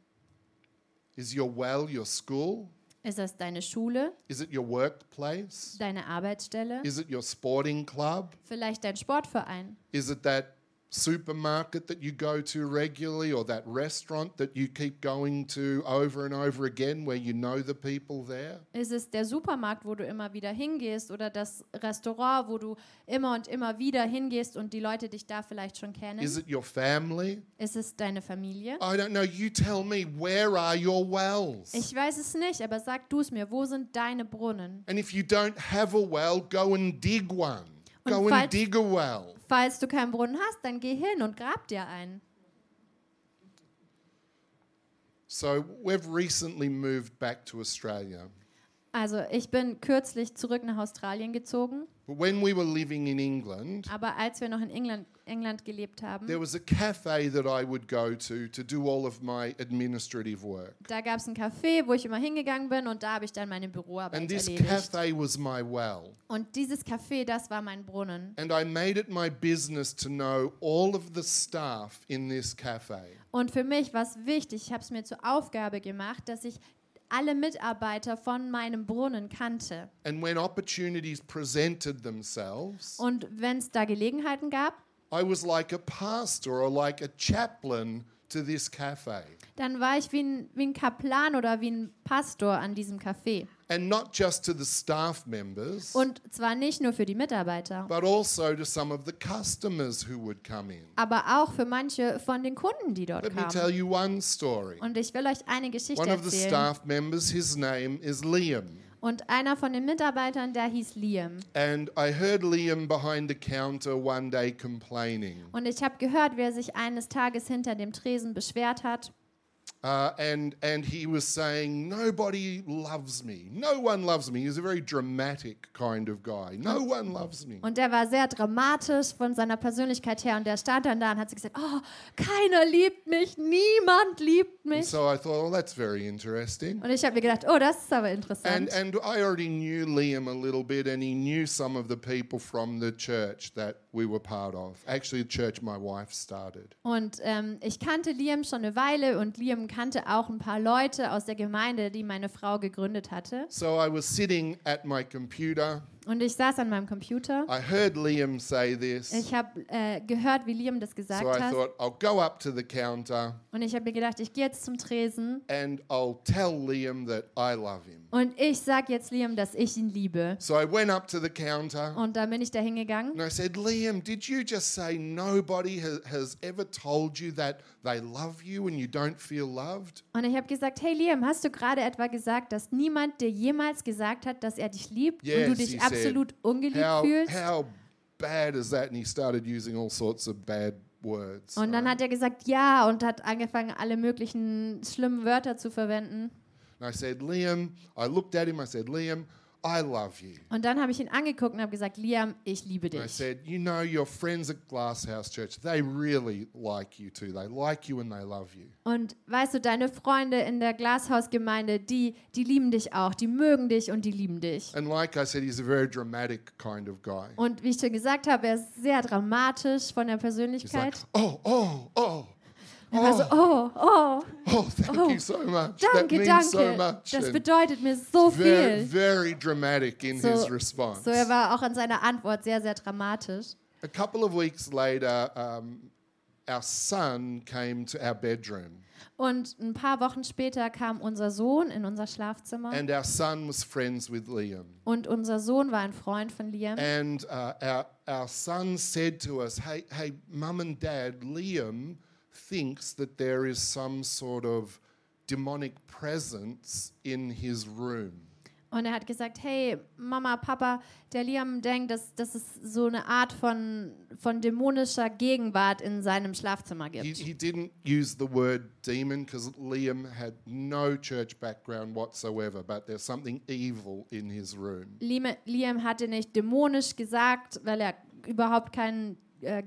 Speaker 2: Is your well your school?
Speaker 3: Ist das deine Schule,
Speaker 2: Is it your workplace?
Speaker 3: deine Arbeitsstelle,
Speaker 2: Is it your sporting club?
Speaker 3: vielleicht dein Sportverein?
Speaker 2: Is it that supermarket that you go to regularly or that restaurant that you keep going to over and over again where you know the people there?
Speaker 3: Ist es der Supermarkt, wo du immer wieder hingehst oder das Restaurant, wo du immer und immer wieder hingehst und die Leute dich da vielleicht schon kennen?
Speaker 2: Is it your family?
Speaker 3: Ist es deine Familie?
Speaker 2: I don't know. You tell me, where are your wells?
Speaker 3: Ich weiß es nicht, aber sag du es mir, wo sind deine Brunnen?
Speaker 2: And if you don't have a well, go and dig one.
Speaker 3: Und
Speaker 2: Go and
Speaker 3: falls-
Speaker 2: dig a well.
Speaker 3: Falls du keinen Brunnen hast, dann geh hin und grab dir einen.
Speaker 2: So we've recently moved back to Australia.
Speaker 3: Also ich bin kürzlich zurück nach Australien gezogen,
Speaker 2: But when we were living in England,
Speaker 3: aber als wir noch in England, England gelebt
Speaker 2: There
Speaker 3: haben,
Speaker 2: was a cafe that I would go to to do all of my administrative work.
Speaker 3: da gab es ein Café, wo ich immer hingegangen bin und da habe ich dann meine
Speaker 2: And
Speaker 3: Büroarbeit
Speaker 2: this
Speaker 3: erledigt.
Speaker 2: cafe was my well.
Speaker 3: Und dieses Café, das war mein Brunnen.
Speaker 2: And I made it my business to know all of the staff in this cafe.
Speaker 3: Und für mich war es wichtig, ich habe es mir zur Aufgabe gemacht, dass ich alle Mitarbeiter von meinem Brunnen kannte.
Speaker 2: And when opportunities presented themselves,
Speaker 3: Und wenn es da Gelegenheiten gab,
Speaker 2: I was like a pastor or like a chaplain to this cafe.
Speaker 3: dann war ich wie ein, wie ein Kaplan oder wie ein Pastor an diesem Café.
Speaker 2: And not just to the staff members,
Speaker 3: Und zwar nicht nur für die Mitarbeiter,
Speaker 2: but also to some of the customers who would come in.
Speaker 3: aber auch für manche von den Kunden, die dort
Speaker 2: Let me tell
Speaker 3: kamen.
Speaker 2: you one story.
Speaker 3: Und ich will euch eine Geschichte
Speaker 2: One of the
Speaker 3: erzählen.
Speaker 2: staff members, his name is Liam.
Speaker 3: Und einer von den Mitarbeitern, der hieß Liam.
Speaker 2: And I heard Liam behind the counter one day complaining.
Speaker 3: Und ich habe gehört, wie er sich eines Tages hinter dem Tresen beschwert hat.
Speaker 2: Uh, and, and he was saying, Nobody loves me. No one loves me. He's a very dramatic kind of guy. No one loves me.
Speaker 3: Und er war sehr dramatisch von seiner Persönlichkeit her. Und er stand dann da und hat sich gesagt, oh, keiner liebt mich, niemand liebt
Speaker 2: And
Speaker 3: mich.
Speaker 2: so I thought, Well, that's very interesting.
Speaker 3: Und ich habe mir gedacht, oh, das ist aber
Speaker 2: And,
Speaker 3: interessant.
Speaker 2: and I already knew Liam a little bit, and he knew some of the people from the church that we were part of. Actually, the church my wife started.
Speaker 3: Und ähm, ich kannte Liam schon eine Weile und Liam kannte auch ein paar Leute aus der Gemeinde, die meine Frau gegründet hatte.
Speaker 2: So I was sitting at my computer.
Speaker 3: Und ich saß an meinem Computer.
Speaker 2: I heard Liam say this,
Speaker 3: Ich habe äh, gehört, wie Liam das gesagt
Speaker 2: so I
Speaker 3: hat.
Speaker 2: thought I'll go up to the counter
Speaker 3: Und ich habe mir gedacht, ich gehe jetzt zum Tresen
Speaker 2: and I'll tell Liam that I love him.
Speaker 3: und ich sage jetzt Liam, dass ich ihn liebe.
Speaker 2: So I went up to the counter
Speaker 3: Und dann bin ich da hingegangen.
Speaker 2: and I said, Liam, did you just say nobody has, has ever told you that they love you and you don't feel loved?
Speaker 3: Und ich habe gesagt, hey Liam, hast du gerade etwa gesagt, dass niemand dir jemals gesagt hat, dass er dich liebt
Speaker 2: Yes,
Speaker 3: und du
Speaker 2: he
Speaker 3: dich
Speaker 2: said.
Speaker 3: absolut ungeliebt
Speaker 2: How,
Speaker 3: fühlst?
Speaker 2: how bad is that? And he started using all sorts of bad words.
Speaker 3: und dann
Speaker 2: right?
Speaker 3: hat er gesagt, ja, und hat angefangen, alle möglichen schlimmen Wörter zu verwenden.
Speaker 2: And I said, Liam, I looked at him, I said, Liam, I love you.
Speaker 3: Und dann habe ich ihn angeguckt und habe gesagt, Liam, ich liebe
Speaker 2: And I
Speaker 3: dich.
Speaker 2: said, you know, your friends at Glasshouse Church, they really like you too. They like you and they love you.
Speaker 3: Und weißt du, deine Freunde in der Glashausgemeinde, die, die lieben dich auch, die mögen dich und die lieben dich.
Speaker 2: And like I said, he's a very dramatic kind of guy.
Speaker 3: Und wie ich schon gesagt habe, er ist sehr dramatisch von der
Speaker 2: He's like,
Speaker 3: Persönlichkeit.
Speaker 2: oh, oh, oh,
Speaker 3: Er war so, oh, oh,
Speaker 2: oh, thank
Speaker 3: Oh,
Speaker 2: you so much. that
Speaker 3: danke,
Speaker 2: means
Speaker 3: danke.
Speaker 2: so much.
Speaker 3: das
Speaker 2: And
Speaker 3: bedeutet mir so
Speaker 2: very,
Speaker 3: viel.
Speaker 2: very dramatic in his
Speaker 3: So,
Speaker 2: response.
Speaker 3: so er war auch in seiner Antwort sehr, sehr dramatisch.
Speaker 2: a couple of weeks later, um, our son came to our bedroom,
Speaker 3: Und ein paar Wochen später kam unser Sohn in unser Schlafzimmer.
Speaker 2: and our son was friends with Liam.
Speaker 3: und unser Sohn war ein Freund von Liam.
Speaker 2: And uh, our, our son said to us, Hey, hey, mum and dad, Liam thinks that there is some sort of demonic presence in his room.
Speaker 3: Und er hat gesagt, hey, Mama, Papa, der Liam denkt, dass, dass es so eine Art von, von dämonischer Gegenwart in seinem Schlafzimmer
Speaker 2: He,
Speaker 3: gibt.
Speaker 2: he didn't use the word demon because Liam had no church background whatsoever, but there's something evil in his room.
Speaker 3: Liam, Liam hatte nicht dämonisch gesagt, weil er überhaupt keinen äh,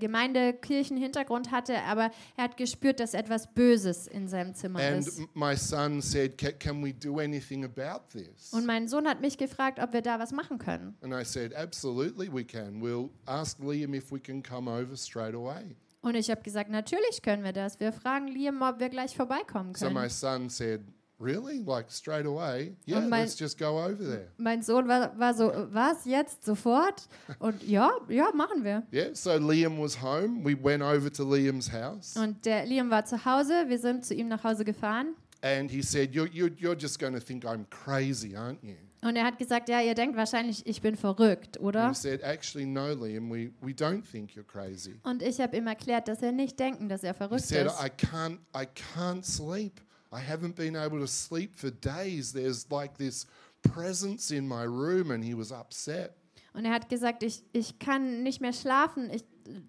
Speaker 3: Gemeindekirchenhintergrund hatte, aber er hat gespürt, dass etwas Böses in seinem Zimmer
Speaker 2: And
Speaker 3: ist.
Speaker 2: m- my son said, "Ca- Can we do anything about this?
Speaker 3: Und mein Sohn hat mich gefragt, ob wir da was machen können.
Speaker 2: And I said, Absolutely, we can. We'll ask Liam if we can come over straight away.
Speaker 3: Und ich habe gesagt, natürlich können wir das. Wir fragen Liam, ob wir gleich vorbeikommen
Speaker 2: So my
Speaker 3: können.
Speaker 2: son said, Really? Like straight away? Yeah,
Speaker 3: my-
Speaker 2: let's just go over there.
Speaker 3: Mein Sohn war, war so, "Äh, was, jetzt, sofort? Und ja, ja, machen wir.
Speaker 2: Yeah, so Liam was home. We went over to Liam's house
Speaker 3: Und der Liam war zu Hause, wir sind zu ihm nach Hause gefahren.
Speaker 2: and he said, You're, you're, you're just going to think I'm crazy, aren't you?
Speaker 3: Und er hat gesagt, ja, ihr denkt wahrscheinlich, ich bin verrückt,
Speaker 2: And
Speaker 3: oder?
Speaker 2: we said, Actually, no, Liam, we, we don't think you're crazy.
Speaker 3: Und ich habe ihm erklärt, dass er nicht denken, dass er
Speaker 2: He
Speaker 3: verrückt
Speaker 2: said,
Speaker 3: ist.
Speaker 2: I can't, I can't sleep. I haven't been able to sleep for days. There's like this presence in my room, and he was upset.
Speaker 3: Und er hat gesagt, ich, ich kann nicht mehr schlafen. Ich,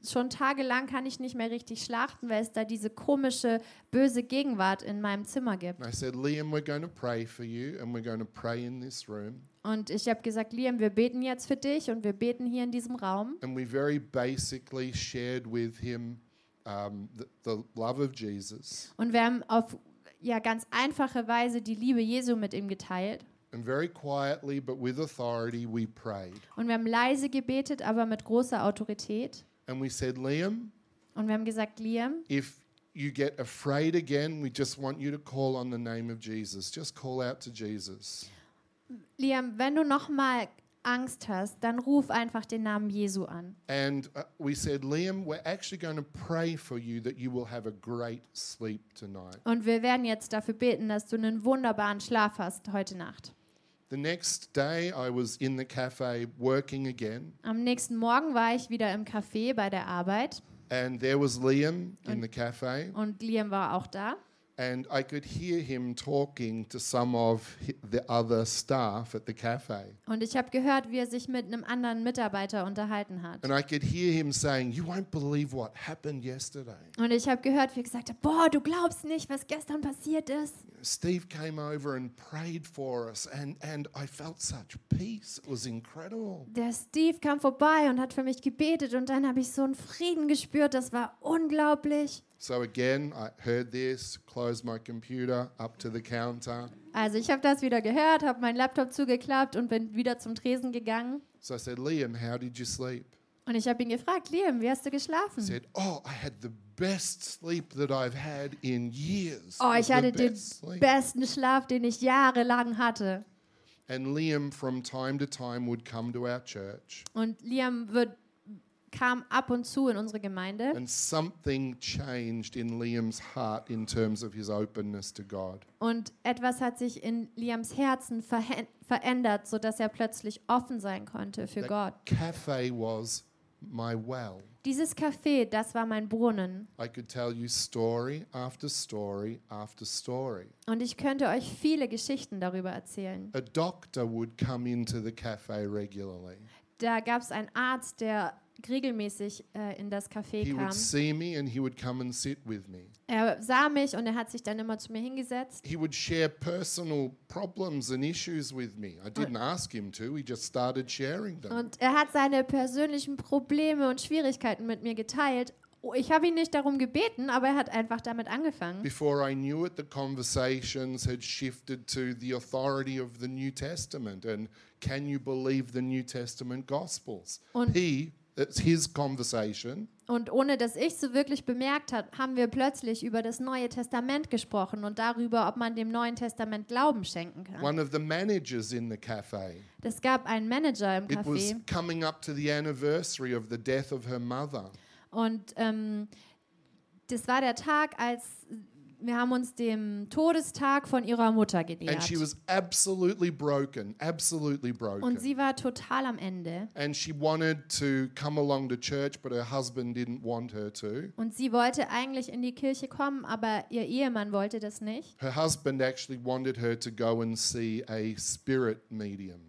Speaker 3: schon tagelang kann ich nicht mehr richtig schlafen, weil es da diese komische, böse Gegenwart in meinem Zimmer gibt.
Speaker 2: And I said, Liam, we're going to pray for you, and we're going to pray in this room.
Speaker 3: Und ich habe gesagt, Liam, wir beten jetzt für dich und wir beten hier in diesem Raum.
Speaker 2: and we very basically shared with him um, the, the love of Jesus.
Speaker 3: Und wir haben auf ja, ganz einfache Weise die Liebe Jesu mit ihm geteilt.
Speaker 2: And very quietly, but with authority, we prayed.
Speaker 3: Und wir haben leise gebetet, aber mit großer Autorität.
Speaker 2: And we said, Liam,
Speaker 3: Und wir haben gesagt, Liam,
Speaker 2: if you get afraid again, we just want you to call on the name of Jesus. Just call out to Jesus.
Speaker 3: Liam, wenn du nochmal Angst hast, dann ruf einfach den Namen Jesu an.
Speaker 2: And uh, we said, Liam, we're actually going to pray for you that you will have a great sleep tonight.
Speaker 3: Und wir werden jetzt dafür beten, dass du einen wunderbaren Schlaf hast heute Nacht.
Speaker 2: The next day, I was in the cafe working again,
Speaker 3: Am nächsten Morgen war ich wieder im Café bei der Arbeit
Speaker 2: and there was Liam in the cafe.
Speaker 3: und Liam war auch da.
Speaker 2: and I could hear him talking to some of hi- the other staff at the cafe.
Speaker 3: Und ich habe gehört, wie er sich mit einem anderen Mitarbeiter unterhalten hat.
Speaker 2: And I could hear him saying, You won't believe what happened yesterday.
Speaker 3: Und ich habe gehört, wie er gesagt hat, boah, du glaubst nicht, was gestern passiert ist.
Speaker 2: Steve came over and prayed for us, and, and I felt such peace. It was incredible.
Speaker 3: Der Steve kam vorbei und hat für mich gebetet und dann habe ich so einen Frieden gespürt, das war unglaublich.
Speaker 2: So again, I heard this, closed my computer up to the counter.
Speaker 3: Also ich habe das wieder gehört, habe meinen Laptop zugeklappt und bin wieder zum Tresen gegangen.
Speaker 2: So I said, Liam, how did you sleep?
Speaker 3: Und ich habe ihn gefragt, Liam, wie hast du
Speaker 2: He
Speaker 3: geschlafen?
Speaker 2: said, Oh, I had the best sleep that I've had in years.
Speaker 3: Oh,
Speaker 2: It was
Speaker 3: ich
Speaker 2: the
Speaker 3: hatte den
Speaker 2: best sleep."
Speaker 3: besten Schlaf, den ich jahrelang hatte.
Speaker 2: And Liam, from time to time, would come to our church.
Speaker 3: Und Liam wird, kam ab und zu in unsere Gemeinde
Speaker 2: And something changed in Liam's heart in terms of his openness to God.
Speaker 3: und etwas hat sich in Liams Herzen verhe- verändert, sodass er plötzlich offen sein konnte für
Speaker 2: That
Speaker 3: Gott.
Speaker 2: Cafe was my well.
Speaker 3: Dieses Café, das war mein Brunnen.
Speaker 2: I could tell you story after story after story.
Speaker 3: Und ich könnte euch viele Geschichten darüber erzählen.
Speaker 2: A doctor would come into the cafe regularly.
Speaker 3: Da gab es einen Arzt, der regelmäßig äh, in das Café
Speaker 2: He
Speaker 3: kam.
Speaker 2: would see me and he would come and sit with me.
Speaker 3: Er sah mich und er hat sich dann immer zu mir hingesetzt.
Speaker 2: He would share personal problems and issues with me. I didn't ask him to, he just started sharing them.
Speaker 3: Und er hat seine persönlichen Probleme und Schwierigkeiten mit mir geteilt. Oh, Ich habe ihn nicht darum gebeten, aber er hat einfach damit angefangen.
Speaker 2: Before I knew it, the conversations had shifted to the authority of the New Testament and can you believe the New Testament Gospels?
Speaker 3: Und-
Speaker 2: he, it's his conversation.
Speaker 3: Und ohne dass ich so wirklich bemerkt habe, haben wir plötzlich über das Neue Testament gesprochen und darüber, ob man dem Neuen Testament Glauben schenken kann.
Speaker 2: One of the managers in the cafe.
Speaker 3: Es gab einen Manager im
Speaker 2: It was
Speaker 3: Café
Speaker 2: coming up to the anniversary of the death of her mother.
Speaker 3: und ähm, das war der Tag, als wir haben uns dem Todestag von ihrer Mutter
Speaker 2: And
Speaker 3: genähert.
Speaker 2: she was absolutely broken, absolutely
Speaker 3: Und
Speaker 2: broken.
Speaker 3: sie war total am Ende.
Speaker 2: And she wanted to come along to church, but her husband didn't want her to.
Speaker 3: Und sie wollte eigentlich in die Kirche kommen, aber ihr Ehemann wollte das nicht.
Speaker 2: Her husband actually wanted her to go and see a spirit medium.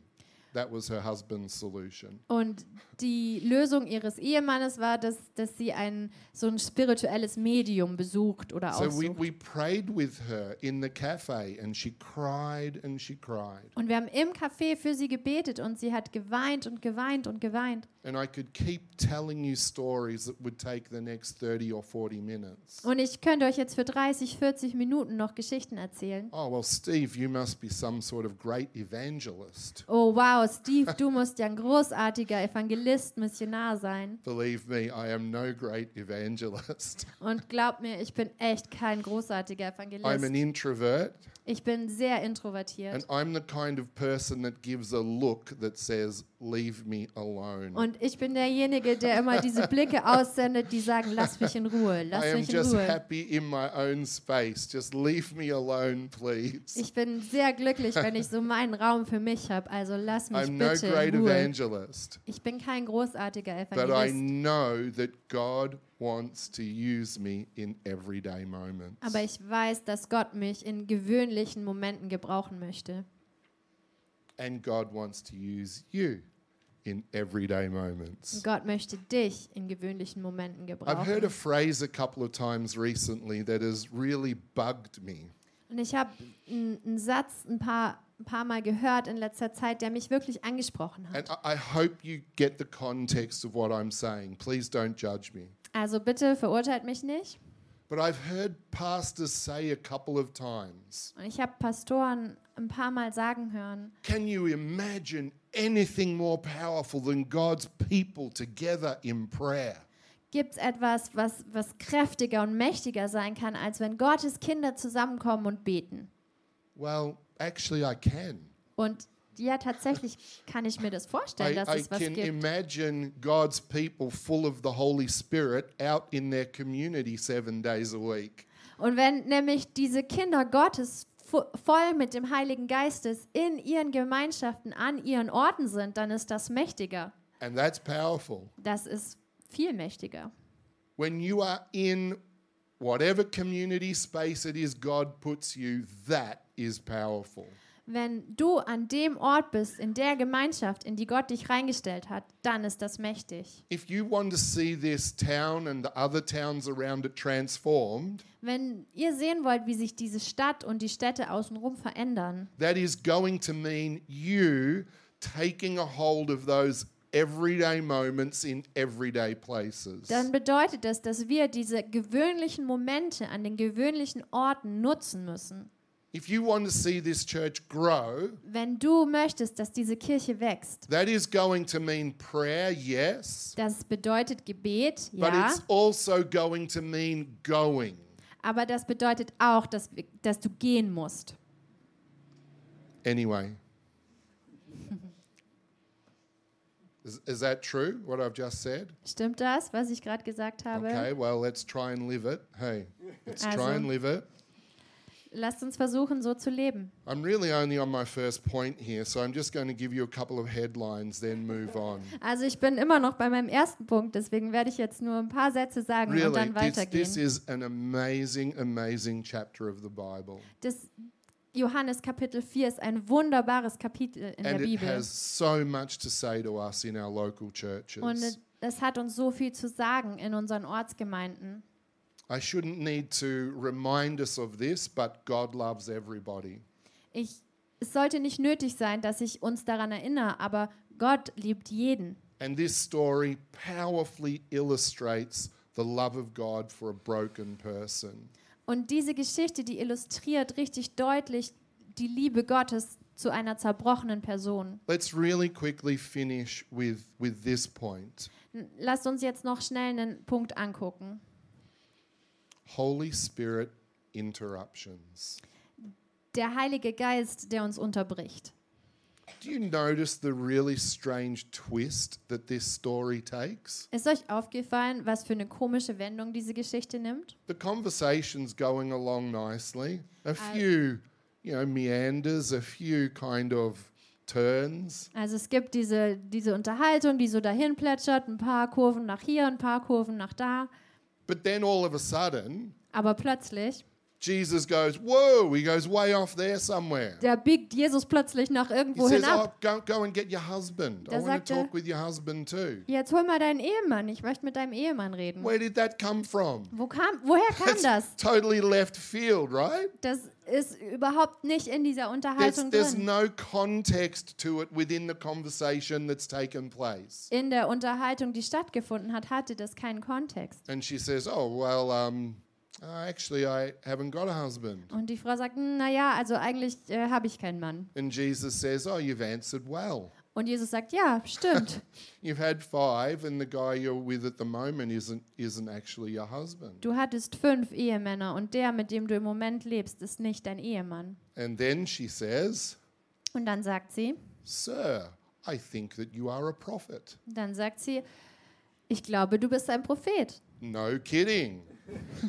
Speaker 2: That was her husband's solution.
Speaker 3: Und die Lösung ihres Ehemannes war, dass, dass sie ein, so ein spirituelles Medium besucht oder
Speaker 2: So we,
Speaker 3: aufsucht.
Speaker 2: we prayed with her in the cafe, and she cried and she cried.
Speaker 3: Und wir haben im Café für sie gebetet und sie hat geweint und geweint und geweint.
Speaker 2: And I could keep telling you stories that would take the next 30 or 40 minutes.
Speaker 3: Und ich könnte euch jetzt für 30, 40 Minuten noch Geschichten erzählen.
Speaker 2: Oh, well, Steve, you must be some sort of great evangelist.
Speaker 3: Oh wow, Steve, du musst ja ein großartiger Evangelist, Missionar sein.
Speaker 2: Believe me, I am no great evangelist. <laughs>
Speaker 3: Und glaub mir, ich bin echt kein großartiger
Speaker 2: I'm an
Speaker 3: Evangelist.
Speaker 2: introvert,
Speaker 3: Ich bin sehr introvertiert.
Speaker 2: and I'm the kind of person that gives a look that says, Leave me alone.
Speaker 3: Und ich bin derjenige, der immer diese Blicke aussendet, die sagen, lass mich
Speaker 2: <laughs>
Speaker 3: in Ruhe, lass
Speaker 2: I am
Speaker 3: mich in
Speaker 2: just
Speaker 3: Ruhe.
Speaker 2: happy in my own space. Just leave me alone, please.
Speaker 3: Ich bin sehr glücklich, wenn ich so meinen Raum für mich habe, also lass mich
Speaker 2: I'm no
Speaker 3: bitte
Speaker 2: great
Speaker 3: in Ruhe.
Speaker 2: evangelist,
Speaker 3: Ich bin kein großartiger
Speaker 2: but I
Speaker 3: Evangelist,
Speaker 2: know that God wants to use me in everyday moments.
Speaker 3: aber ich weiß, dass Gott mich in gewöhnlichen Momenten gebrauchen möchte.
Speaker 2: And God wants to use you in everyday moments.
Speaker 3: Und Gott möchte dich in gewöhnlichen Momenten
Speaker 2: I've heard a
Speaker 3: gebrauchen.
Speaker 2: phrase a couple of times recently that has really bugged me.
Speaker 3: Und ich habe einen Satz ein paar, ein paar Mal gehört in letzter Zeit, der mich wirklich angesprochen hat.
Speaker 2: And I- I hope you get the context of what I'm saying. Please don't judge me.
Speaker 3: Also bitte verurteilt mich nicht.
Speaker 2: But I've heard pastors say a couple of times
Speaker 3: Und ich habe Pastoren ein paar Mal sagen hören,
Speaker 2: Can you imagine anything more powerful than God's people together in prayer?
Speaker 3: gibt es etwas, was, was kräftiger und mächtiger sein kann, als wenn Gottes Kinder zusammenkommen und beten?
Speaker 2: Well, actually, I can.
Speaker 3: Und ja, tatsächlich kann ich mir das vorstellen,
Speaker 2: I,
Speaker 3: dass
Speaker 2: I
Speaker 3: es was
Speaker 2: can
Speaker 3: gibt.
Speaker 2: imagine God's people full of the Holy Spirit out in their community seven days a week.
Speaker 3: Und wenn nämlich diese Kinder Gottes fu- voll mit dem Heiligen Geistes in ihren Gemeinschaften an ihren Orten sind, dann ist das mächtiger.
Speaker 2: And that's powerful.
Speaker 3: Das ist viel mächtiger.
Speaker 2: When you are in whatever community space it is God puts you, that is powerful.
Speaker 3: Wenn du an dem Ort bist, in der Gemeinschaft, in die Gott dich reingestellt hat, dann ist das mächtig.
Speaker 2: If you want to see this town and the other towns around it transformed,
Speaker 3: Wenn ihr sehen wollt, wie sich diese Stadt und die Städte außenrum verändern,
Speaker 2: that is going to mean you taking a hold of those everyday moments in everyday places.
Speaker 3: dann bedeutet das, dass wir diese gewöhnlichen Momente an den gewöhnlichen Orten nutzen müssen.
Speaker 2: If you want to see this church grow,
Speaker 3: Wenn du möchtest, dass diese Kirche wächst,
Speaker 2: that is going to mean prayer, yes,
Speaker 3: das bedeutet Gebet,
Speaker 2: but
Speaker 3: ja,
Speaker 2: it's also going to mean going.
Speaker 3: aber das bedeutet auch, dass, wir- dass du gehen musst.
Speaker 2: Anyway, <laughs> Is, is that true, what I've just said?
Speaker 3: Stimmt das, was ich gerade gesagt habe?
Speaker 2: Okay, well, let's try and live it. Hey, let's try
Speaker 3: Also-
Speaker 2: and live it.
Speaker 3: Lasst uns versuchen, so zu leben.
Speaker 2: I'm really only on my first point here, so I'm just going to give you a couple of headlines, then move on.
Speaker 3: Also ich bin immer noch bei meinem ersten Punkt, deswegen werde ich jetzt nur ein paar Sätze sagen und
Speaker 2: Really,
Speaker 3: dann
Speaker 2: this,
Speaker 3: weitergehen.
Speaker 2: this is an amazing, amazing chapter of the Bible.
Speaker 3: das Johannes Kapitel 4 ist ein wunderbares Kapitel in der
Speaker 2: and it
Speaker 3: Bibel.
Speaker 2: has so much to say to us in our local churches.
Speaker 3: Und es hat uns so viel zu sagen in unseren Ortsgemeinden.
Speaker 2: I shouldn't need to remind us of this, but God loves everybody.
Speaker 3: Ich, es sollte nicht nötig sein, dass ich uns daran erinnere, aber Gott liebt jeden.
Speaker 2: And this story powerfully illustrates the love of God for a broken person.
Speaker 3: Und diese Geschichte, die illustriert richtig deutlich die Liebe Gottes zu einer zerbrochenen Person.
Speaker 2: Let's really quickly finish with, with this point.
Speaker 3: N- Lasst uns jetzt noch schnell einen Punkt angucken.
Speaker 2: Holy Spirit interruptions.
Speaker 3: Der Heilige Geist, der uns unterbricht.
Speaker 2: Do you notice the really strange twist that this story takes?
Speaker 3: Ist euch aufgefallen, was für eine komische Wendung diese Geschichte nimmt?
Speaker 2: The conversation's going along nicely. A few, you know, meanders, a few kind of turns.
Speaker 3: Also es gibt diese, diese Unterhaltung, die so dahin plätschert, ein paar Kurven nach hier, ein paar Kurven nach da.
Speaker 2: But then all of a sudden,
Speaker 3: Aber plötzlich,
Speaker 2: Jesus goes, Whoa, he goes way off there somewhere.
Speaker 3: da biegt Jesus plötzlich nach
Speaker 2: He
Speaker 3: irgendwo
Speaker 2: says,
Speaker 3: hin
Speaker 2: Oh,
Speaker 3: ab.
Speaker 2: go, go and get your husband. I
Speaker 3: Da
Speaker 2: want
Speaker 3: sagt
Speaker 2: to
Speaker 3: er-
Speaker 2: talk with your husband too.
Speaker 3: Jetzt hol mal deinen Ehemann, ich möchte mit deinem Ehemann reden.
Speaker 2: Where did that come from?
Speaker 3: Wo kam, woher kam
Speaker 2: That's
Speaker 3: das?
Speaker 2: totally left field, right?
Speaker 3: Das ist überhaupt nicht in dieser
Speaker 2: There's,
Speaker 3: Unterhaltung
Speaker 2: there's
Speaker 3: drin.
Speaker 2: no context to it within the conversation that's taken place.
Speaker 3: In der Unterhaltung, die stattgefunden hat, hatte das keinen Kontext.
Speaker 2: And she says, Oh, well, um, uh, actually, I haven't got a husband.
Speaker 3: Und die Frau sagt, naja, also eigentlich äh, habe ich keinen Mann.
Speaker 2: And Jesus says, Oh, you've answered well.
Speaker 3: Und Jesus sagt, ja, stimmt.
Speaker 2: You've had five, and the guy you're with at the moment isn't, isn't actually your husband.
Speaker 3: Du hattest fünf Ehemänner und der, mit dem du im Moment lebst, ist nicht dein Ehemann.
Speaker 2: And then she says,
Speaker 3: Und dann sagt sie,
Speaker 2: Sir, I think that you are a prophet.
Speaker 3: dann sagt sie, ich glaube, du bist ein Prophet.
Speaker 2: No kidding.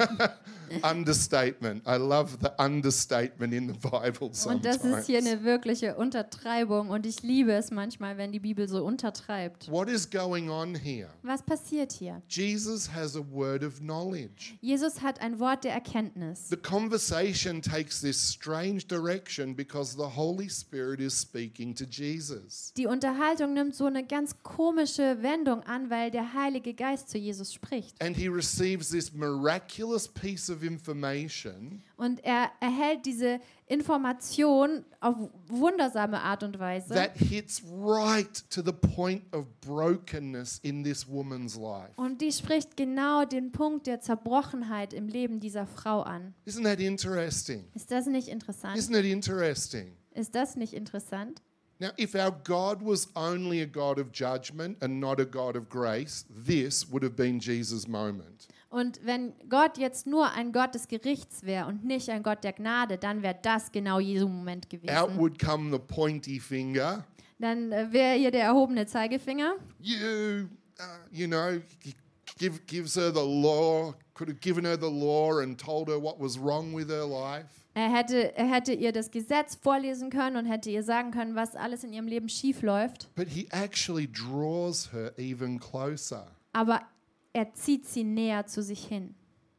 Speaker 2: <laughs> understatement. I love the understatement in the Bible
Speaker 3: Und
Speaker 2: sometimes.
Speaker 3: das ist hier eine wirkliche Untertreibung und ich liebe es manchmal, wenn die Bibel so untertreibt.
Speaker 2: What is going on here?
Speaker 3: Was passiert hier?
Speaker 2: Jesus has a word of knowledge.
Speaker 3: Jesus hat ein Wort der Erkenntnis.
Speaker 2: The conversation takes this strange direction because the Holy Spirit is speaking to Jesus.
Speaker 3: Die Unterhaltung nimmt so eine ganz komische Wendung an, weil der Heilige Geist zu Jesus spricht.
Speaker 2: And he receives this miraculous piece of information
Speaker 3: Und er erhält diese Information auf wundersame Art und Weise.
Speaker 2: that hits right to the point of brokenness in this woman's life.
Speaker 3: Und die spricht genau den Punkt der Zerbrochenheit im Leben dieser Frau an.
Speaker 2: Isn't that interesting?
Speaker 3: Ist das nicht interessant?
Speaker 2: Isn't it interesting?
Speaker 3: Ist das nicht interessant?
Speaker 2: Now, if our God was only a God of judgment and not a God of grace, this would have been Jesus' moment.
Speaker 3: Und wenn Gott jetzt nur ein Gott des Gerichts wäre und nicht ein Gott der Gnade, dann wäre das genau Jesu Moment
Speaker 2: Out
Speaker 3: gewesen.
Speaker 2: would come the pointy finger.
Speaker 3: Dann äh, wäre hier der erhobene Zeigefinger.
Speaker 2: you, uh, you know, g- give, gives her the law, could have given her the law and told her what was wrong with her life.
Speaker 3: Er hätte, er hätte ihr das Gesetz vorlesen können und hätte ihr sagen können, was alles in ihrem Leben schief läuft.
Speaker 2: But he actually draws her even closer.
Speaker 3: Aber er zieht sie näher zu sich hin.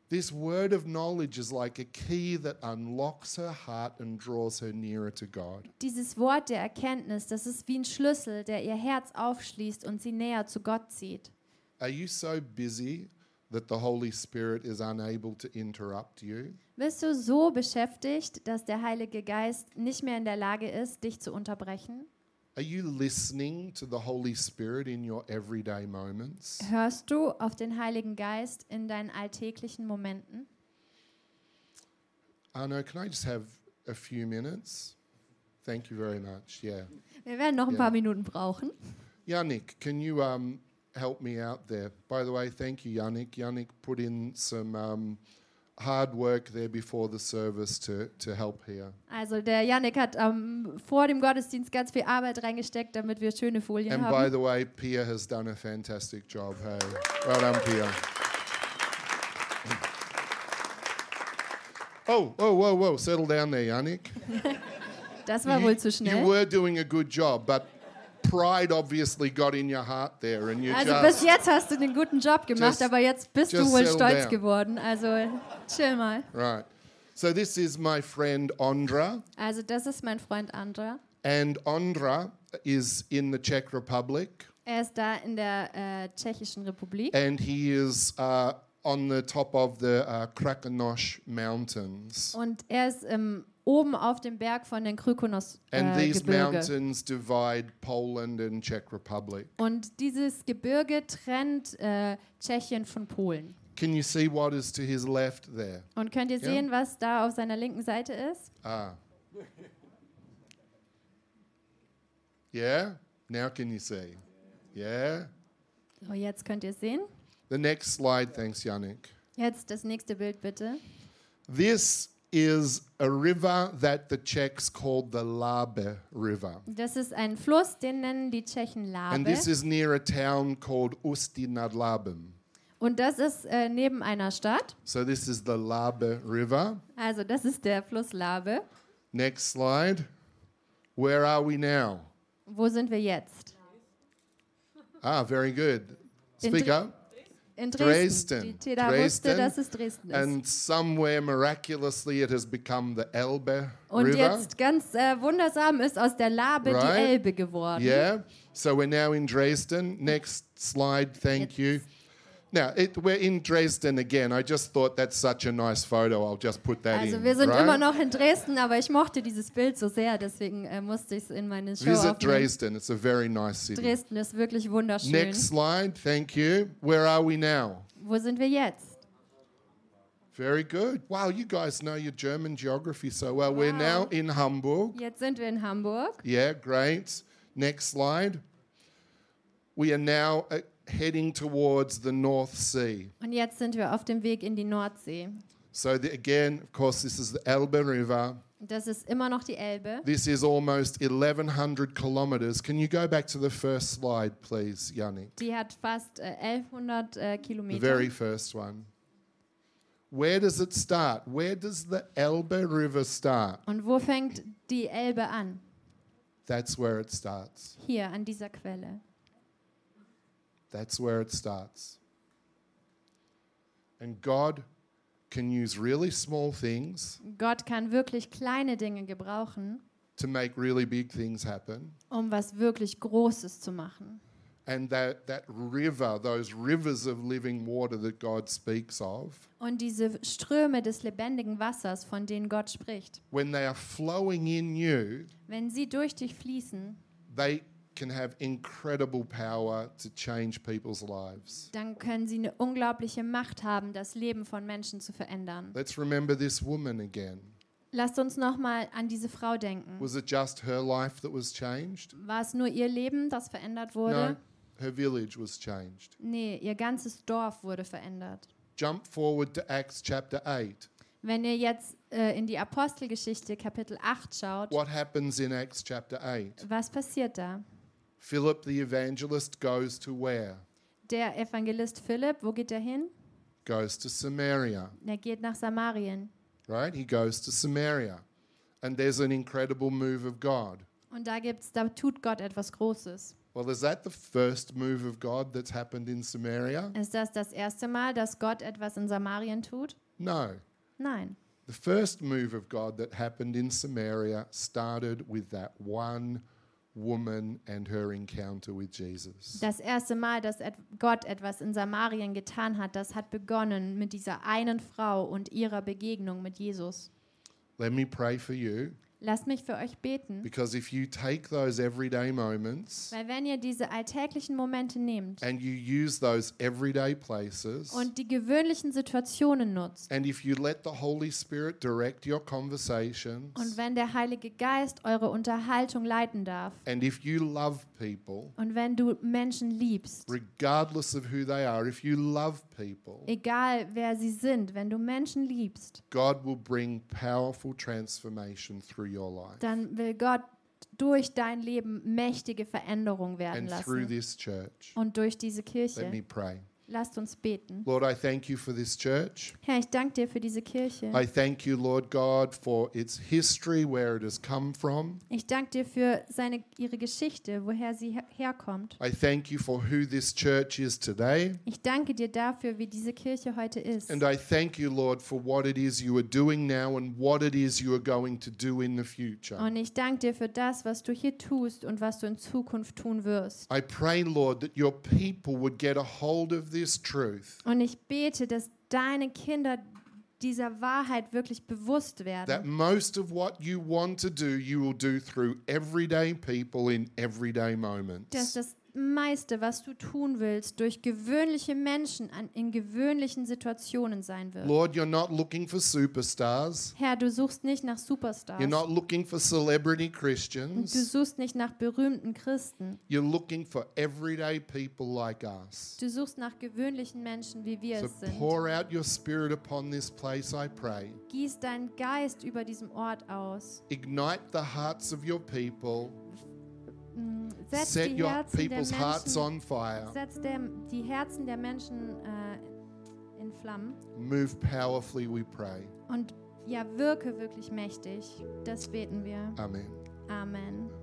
Speaker 2: This word of knowledge is like a key that unlocks her heart and draws her nearer to God.
Speaker 3: Dieses Wort der Erkenntnis, das ist wie ein Schlüssel, der ihr Herz aufschließt und sie näher zu Gott zieht.
Speaker 2: Are you so busy that the Holy Spirit is unable to interrupt you?
Speaker 3: Bist du so beschäftigt, dass der Heilige Geist nicht mehr in der Lage ist, dich zu unterbrechen?
Speaker 2: Are you listening to the Holy Spirit in your everyday moments?
Speaker 3: Hörst du auf den Heiligen Geist in deinen alltäglichen Momenten?
Speaker 2: Arno, can I just have a few minutes? Thank you very much. Yeah.
Speaker 3: Wir werden noch ein
Speaker 2: Ja.
Speaker 3: paar Minuten brauchen.
Speaker 2: Yannick, can you um, help me out there? By the way, thank you, Yannick. Yannick put in some um, hard work there before the service to, to help here.
Speaker 3: Also der Yannick hat ähm, vor dem Gottesdienst ganz viel Arbeit reingesteckt, damit wir schöne Folien
Speaker 2: And by
Speaker 3: haben.
Speaker 2: the way, Pia has done a fantastic job. Hey, well done, Pia. <laughs> Oh, whoa, whoa, whoa! Settle down there, Yannick.
Speaker 3: Das war wohl zu
Speaker 2: You
Speaker 3: schnell.
Speaker 2: were doing a good job, but pride obviously got in your heart there, and you
Speaker 3: Also bis
Speaker 2: just
Speaker 3: jetzt hast du einen guten Job gemacht,
Speaker 2: Just-
Speaker 3: aber jetzt bist du
Speaker 2: just
Speaker 3: wohl
Speaker 2: settle
Speaker 3: stolz
Speaker 2: down.
Speaker 3: geworden. Also chill mal.
Speaker 2: right. So this is my friend Ondra,
Speaker 3: Also das ist mein Freund Andra.
Speaker 2: and Ondra is in the Czech Republic,
Speaker 3: Er ist da in der äh, Tschechischen Republik
Speaker 2: and he is uh, on the top of the uh, Krakenosh Mountains.
Speaker 3: und er ist ähm, oben auf dem Berg von den Krykonos
Speaker 2: And
Speaker 3: äh,
Speaker 2: these
Speaker 3: Gebirge.
Speaker 2: mountains divide Poland and Czech Republic.
Speaker 3: Und dieses Gebirge trennt äh, Tschechien von Polen.
Speaker 2: Can you see what is to his left there?
Speaker 3: Und könnt ihr
Speaker 2: Ja.
Speaker 3: sehen, was da auf seiner linken Seite ist?
Speaker 2: Ah. <laughs> Yeah? Now can you see? Yeah?
Speaker 3: So, Oh, jetzt könnt ihr sehen.
Speaker 2: The next slide, thanks, Yannick.
Speaker 3: Jetzt das nächste Bild bitte.
Speaker 2: This is a river that the Czechs called the Labe River.
Speaker 3: Das ist ein Fluss, den nennen die Tschechen
Speaker 2: And this
Speaker 3: Labe.
Speaker 2: is near a town called Usti nad Labem.
Speaker 3: Und das ist äh, neben einer Stadt.
Speaker 2: So this is the Labe River.
Speaker 3: Also das ist der Fluss Labe.
Speaker 2: Next slide. Where are we now?
Speaker 3: Wo sind wir jetzt?
Speaker 2: Ah, very good.
Speaker 3: In
Speaker 2: Speak
Speaker 3: Dre-
Speaker 2: up.
Speaker 3: In
Speaker 2: Dresden.
Speaker 3: Dresden. Die Teda wusste,
Speaker 2: Dresden.
Speaker 3: dass es Dresden ist.
Speaker 2: And somewhere miraculously it has become the Elbe
Speaker 3: Und
Speaker 2: River.
Speaker 3: jetzt ganz äh, wundersam ist aus der Labe
Speaker 2: Right.
Speaker 3: die Elbe geworden.
Speaker 2: Yeah. So we're now in Dresden. Next slide, thank you. Now it, we're in Dresden again. I just thought that's such a nice photo. I'll just put that
Speaker 3: Also
Speaker 2: in.
Speaker 3: wir sind
Speaker 2: right?
Speaker 3: immer noch in Dresden, aber ich mochte dieses Bild so sehr, deswegen äh, musste ich es in meine Show
Speaker 2: Visit
Speaker 3: aufnehmen.
Speaker 2: Dresden. It's a very nice city.
Speaker 3: Dresden ist wirklich wunderschön.
Speaker 2: Next slide, thank you. Where are we now?
Speaker 3: Wo sind wir jetzt?
Speaker 2: Very good. Wow, you guys know your German geography so well. We're now in Hamburg.
Speaker 3: Jetzt sind wir in Hamburg.
Speaker 2: Yeah, great. Next slide. We are now uh, heading towards the North Sea.
Speaker 3: Und jetzt sind wir auf dem Weg in die Nordsee.
Speaker 2: So, the, again, of course, this is the Elbe River.
Speaker 3: Das ist immer noch die Elbe.
Speaker 2: This is almost 1,100 kilometers. Can you go back to the first slide, please, Yannick?
Speaker 3: Die hat fast äh, 1100 äh,
Speaker 2: The
Speaker 3: Kilometer.
Speaker 2: very first one. Where does it start? Where does the Elbe River start?
Speaker 3: Und wo fängt die Elbe an?
Speaker 2: That's where it starts.
Speaker 3: Hier an dieser Quelle.
Speaker 2: That's where it starts. And God can use really small things
Speaker 3: Gott kann wirklich kleine Dinge gebrauchen,
Speaker 2: to make really big things happen.
Speaker 3: um was wirklich Großes zu machen.
Speaker 2: And that, that river, those rivers of living water that God speaks of,
Speaker 3: Und diese Ströme des lebendigen Wassers, von denen Gott spricht,
Speaker 2: when they are flowing in you,
Speaker 3: wenn sie durch dich fließen,
Speaker 2: they can have incredible power to change people's lives.
Speaker 3: dann können sie eine unglaubliche Macht haben, das Leben von Menschen zu verändern.
Speaker 2: Let's remember this woman again.
Speaker 3: Lasst uns nochmal an diese Frau denken.
Speaker 2: Was it just her life that was changed?
Speaker 3: War es nur ihr Leben, das verändert wurde?
Speaker 2: No, her village was changed.
Speaker 3: Nee, ihr ganzes Dorf wurde verändert.
Speaker 2: Jump forward to Acts chapter 8.
Speaker 3: Wenn ihr jetzt äh, in die Apostelgeschichte Kapitel 8 schaut,
Speaker 2: What happens in Acts chapter 8?
Speaker 3: was passiert da?
Speaker 2: Philip the evangelist goes to where?
Speaker 3: Der Evangelist Philipp, wo geht er hin?
Speaker 2: Goes to Samaria,
Speaker 3: Er geht nach Samarien.
Speaker 2: right? He goes to Samaria. And there's an incredible move of God.
Speaker 3: Und da gibt's, da tut Gott etwas Großes.
Speaker 2: Well, is that the first move of God that's happened in Samaria?
Speaker 3: Ist das das erste Mal, dass Gott etwas in Samarien tut?
Speaker 2: No.
Speaker 3: Nein.
Speaker 2: The first move of God that happened in Samaria started with that one woman and her encounter with Jesus.
Speaker 3: Das erste Mal, dass et Gott etwas in Samarien getan hat, das hat begonnen mit dieser einen Frau und ihrer Begegnung mit Jesus.
Speaker 2: Let me pray for you
Speaker 3: Lasst mich für euch beten,
Speaker 2: Because if you take those everyday moments
Speaker 3: weil wenn ihr diese alltäglichen Momente nehmt
Speaker 2: and you use those everyday places,
Speaker 3: und die gewöhnlichen Situationen nutzt
Speaker 2: and if you let the Holy Spirit direct your conversations,
Speaker 3: und wenn der Heilige Geist eure Unterhaltung leiten darf
Speaker 2: and if you love people,
Speaker 3: und wenn du Menschen liebst,
Speaker 2: regardless of who they are, if you love people,
Speaker 3: egal wer sie sind, wenn du Menschen liebst,
Speaker 2: God will bring powerful transformation through your life
Speaker 3: dann will Gott durch dein Leben mächtige Veränderung werden
Speaker 2: and through
Speaker 3: lassen.
Speaker 2: this church.
Speaker 3: Und durch diese
Speaker 2: Let me
Speaker 3: Kirche.
Speaker 2: pray.
Speaker 3: Lasst uns beten.
Speaker 2: Lord, I thank you for this church.
Speaker 3: Herr, ich danke dir für diese Kirche.
Speaker 2: I thank you, Lord God, for its history, where it has come from.
Speaker 3: Ich danke dir für seine, ihre Geschichte, woher sie her herkommt.
Speaker 2: I thank you for who this church is today.
Speaker 3: Ich danke dir dafür, wie diese Kirche heute ist.
Speaker 2: And I thank you, Lord, for what it is you are doing now and what it is you are going to do in the future.
Speaker 3: Und ich danke dir für das, was du hier tust und was du in Zukunft tun wirst.
Speaker 2: I pray, Lord, that your people would get a hold of this truth
Speaker 3: Und ich bete, dass deine Kinder dieser Wahrheit wirklich bewusst
Speaker 2: that
Speaker 3: werden,
Speaker 2: most of what you want to do, you will do through everyday people in everyday
Speaker 3: dass
Speaker 2: moments.
Speaker 3: das meiste, was du tun willst, durch gewöhnliche Menschen an, in gewöhnlichen Situationen sein wird.
Speaker 2: Lord, you're not looking for superstars.
Speaker 3: Herr, du suchst nicht nach
Speaker 2: You're
Speaker 3: Superstars.
Speaker 2: not looking for celebrity
Speaker 3: Und du
Speaker 2: Christians.
Speaker 3: suchst nicht nach berühmten Christen.
Speaker 2: You're looking for everyday people like us.
Speaker 3: Du suchst nach gewöhnlichen Menschen, wie wir
Speaker 2: So
Speaker 3: es sind.
Speaker 2: pour out your spirit upon this place, I pray.
Speaker 3: Gieß deinen Geist über diesem Ort aus.
Speaker 2: Ignite the hearts of your people.
Speaker 3: Mm, Setz
Speaker 2: Set
Speaker 3: die
Speaker 2: your
Speaker 3: Herzen der
Speaker 2: people's hearts
Speaker 3: Menschen,
Speaker 2: on fire.
Speaker 3: setz der, die Herzen der Menschen äh, in Flammen
Speaker 2: Move powerfully, we pray.
Speaker 3: und ja, wirke wirklich mächtig. Das beten wir.
Speaker 2: Amen.
Speaker 3: Amen.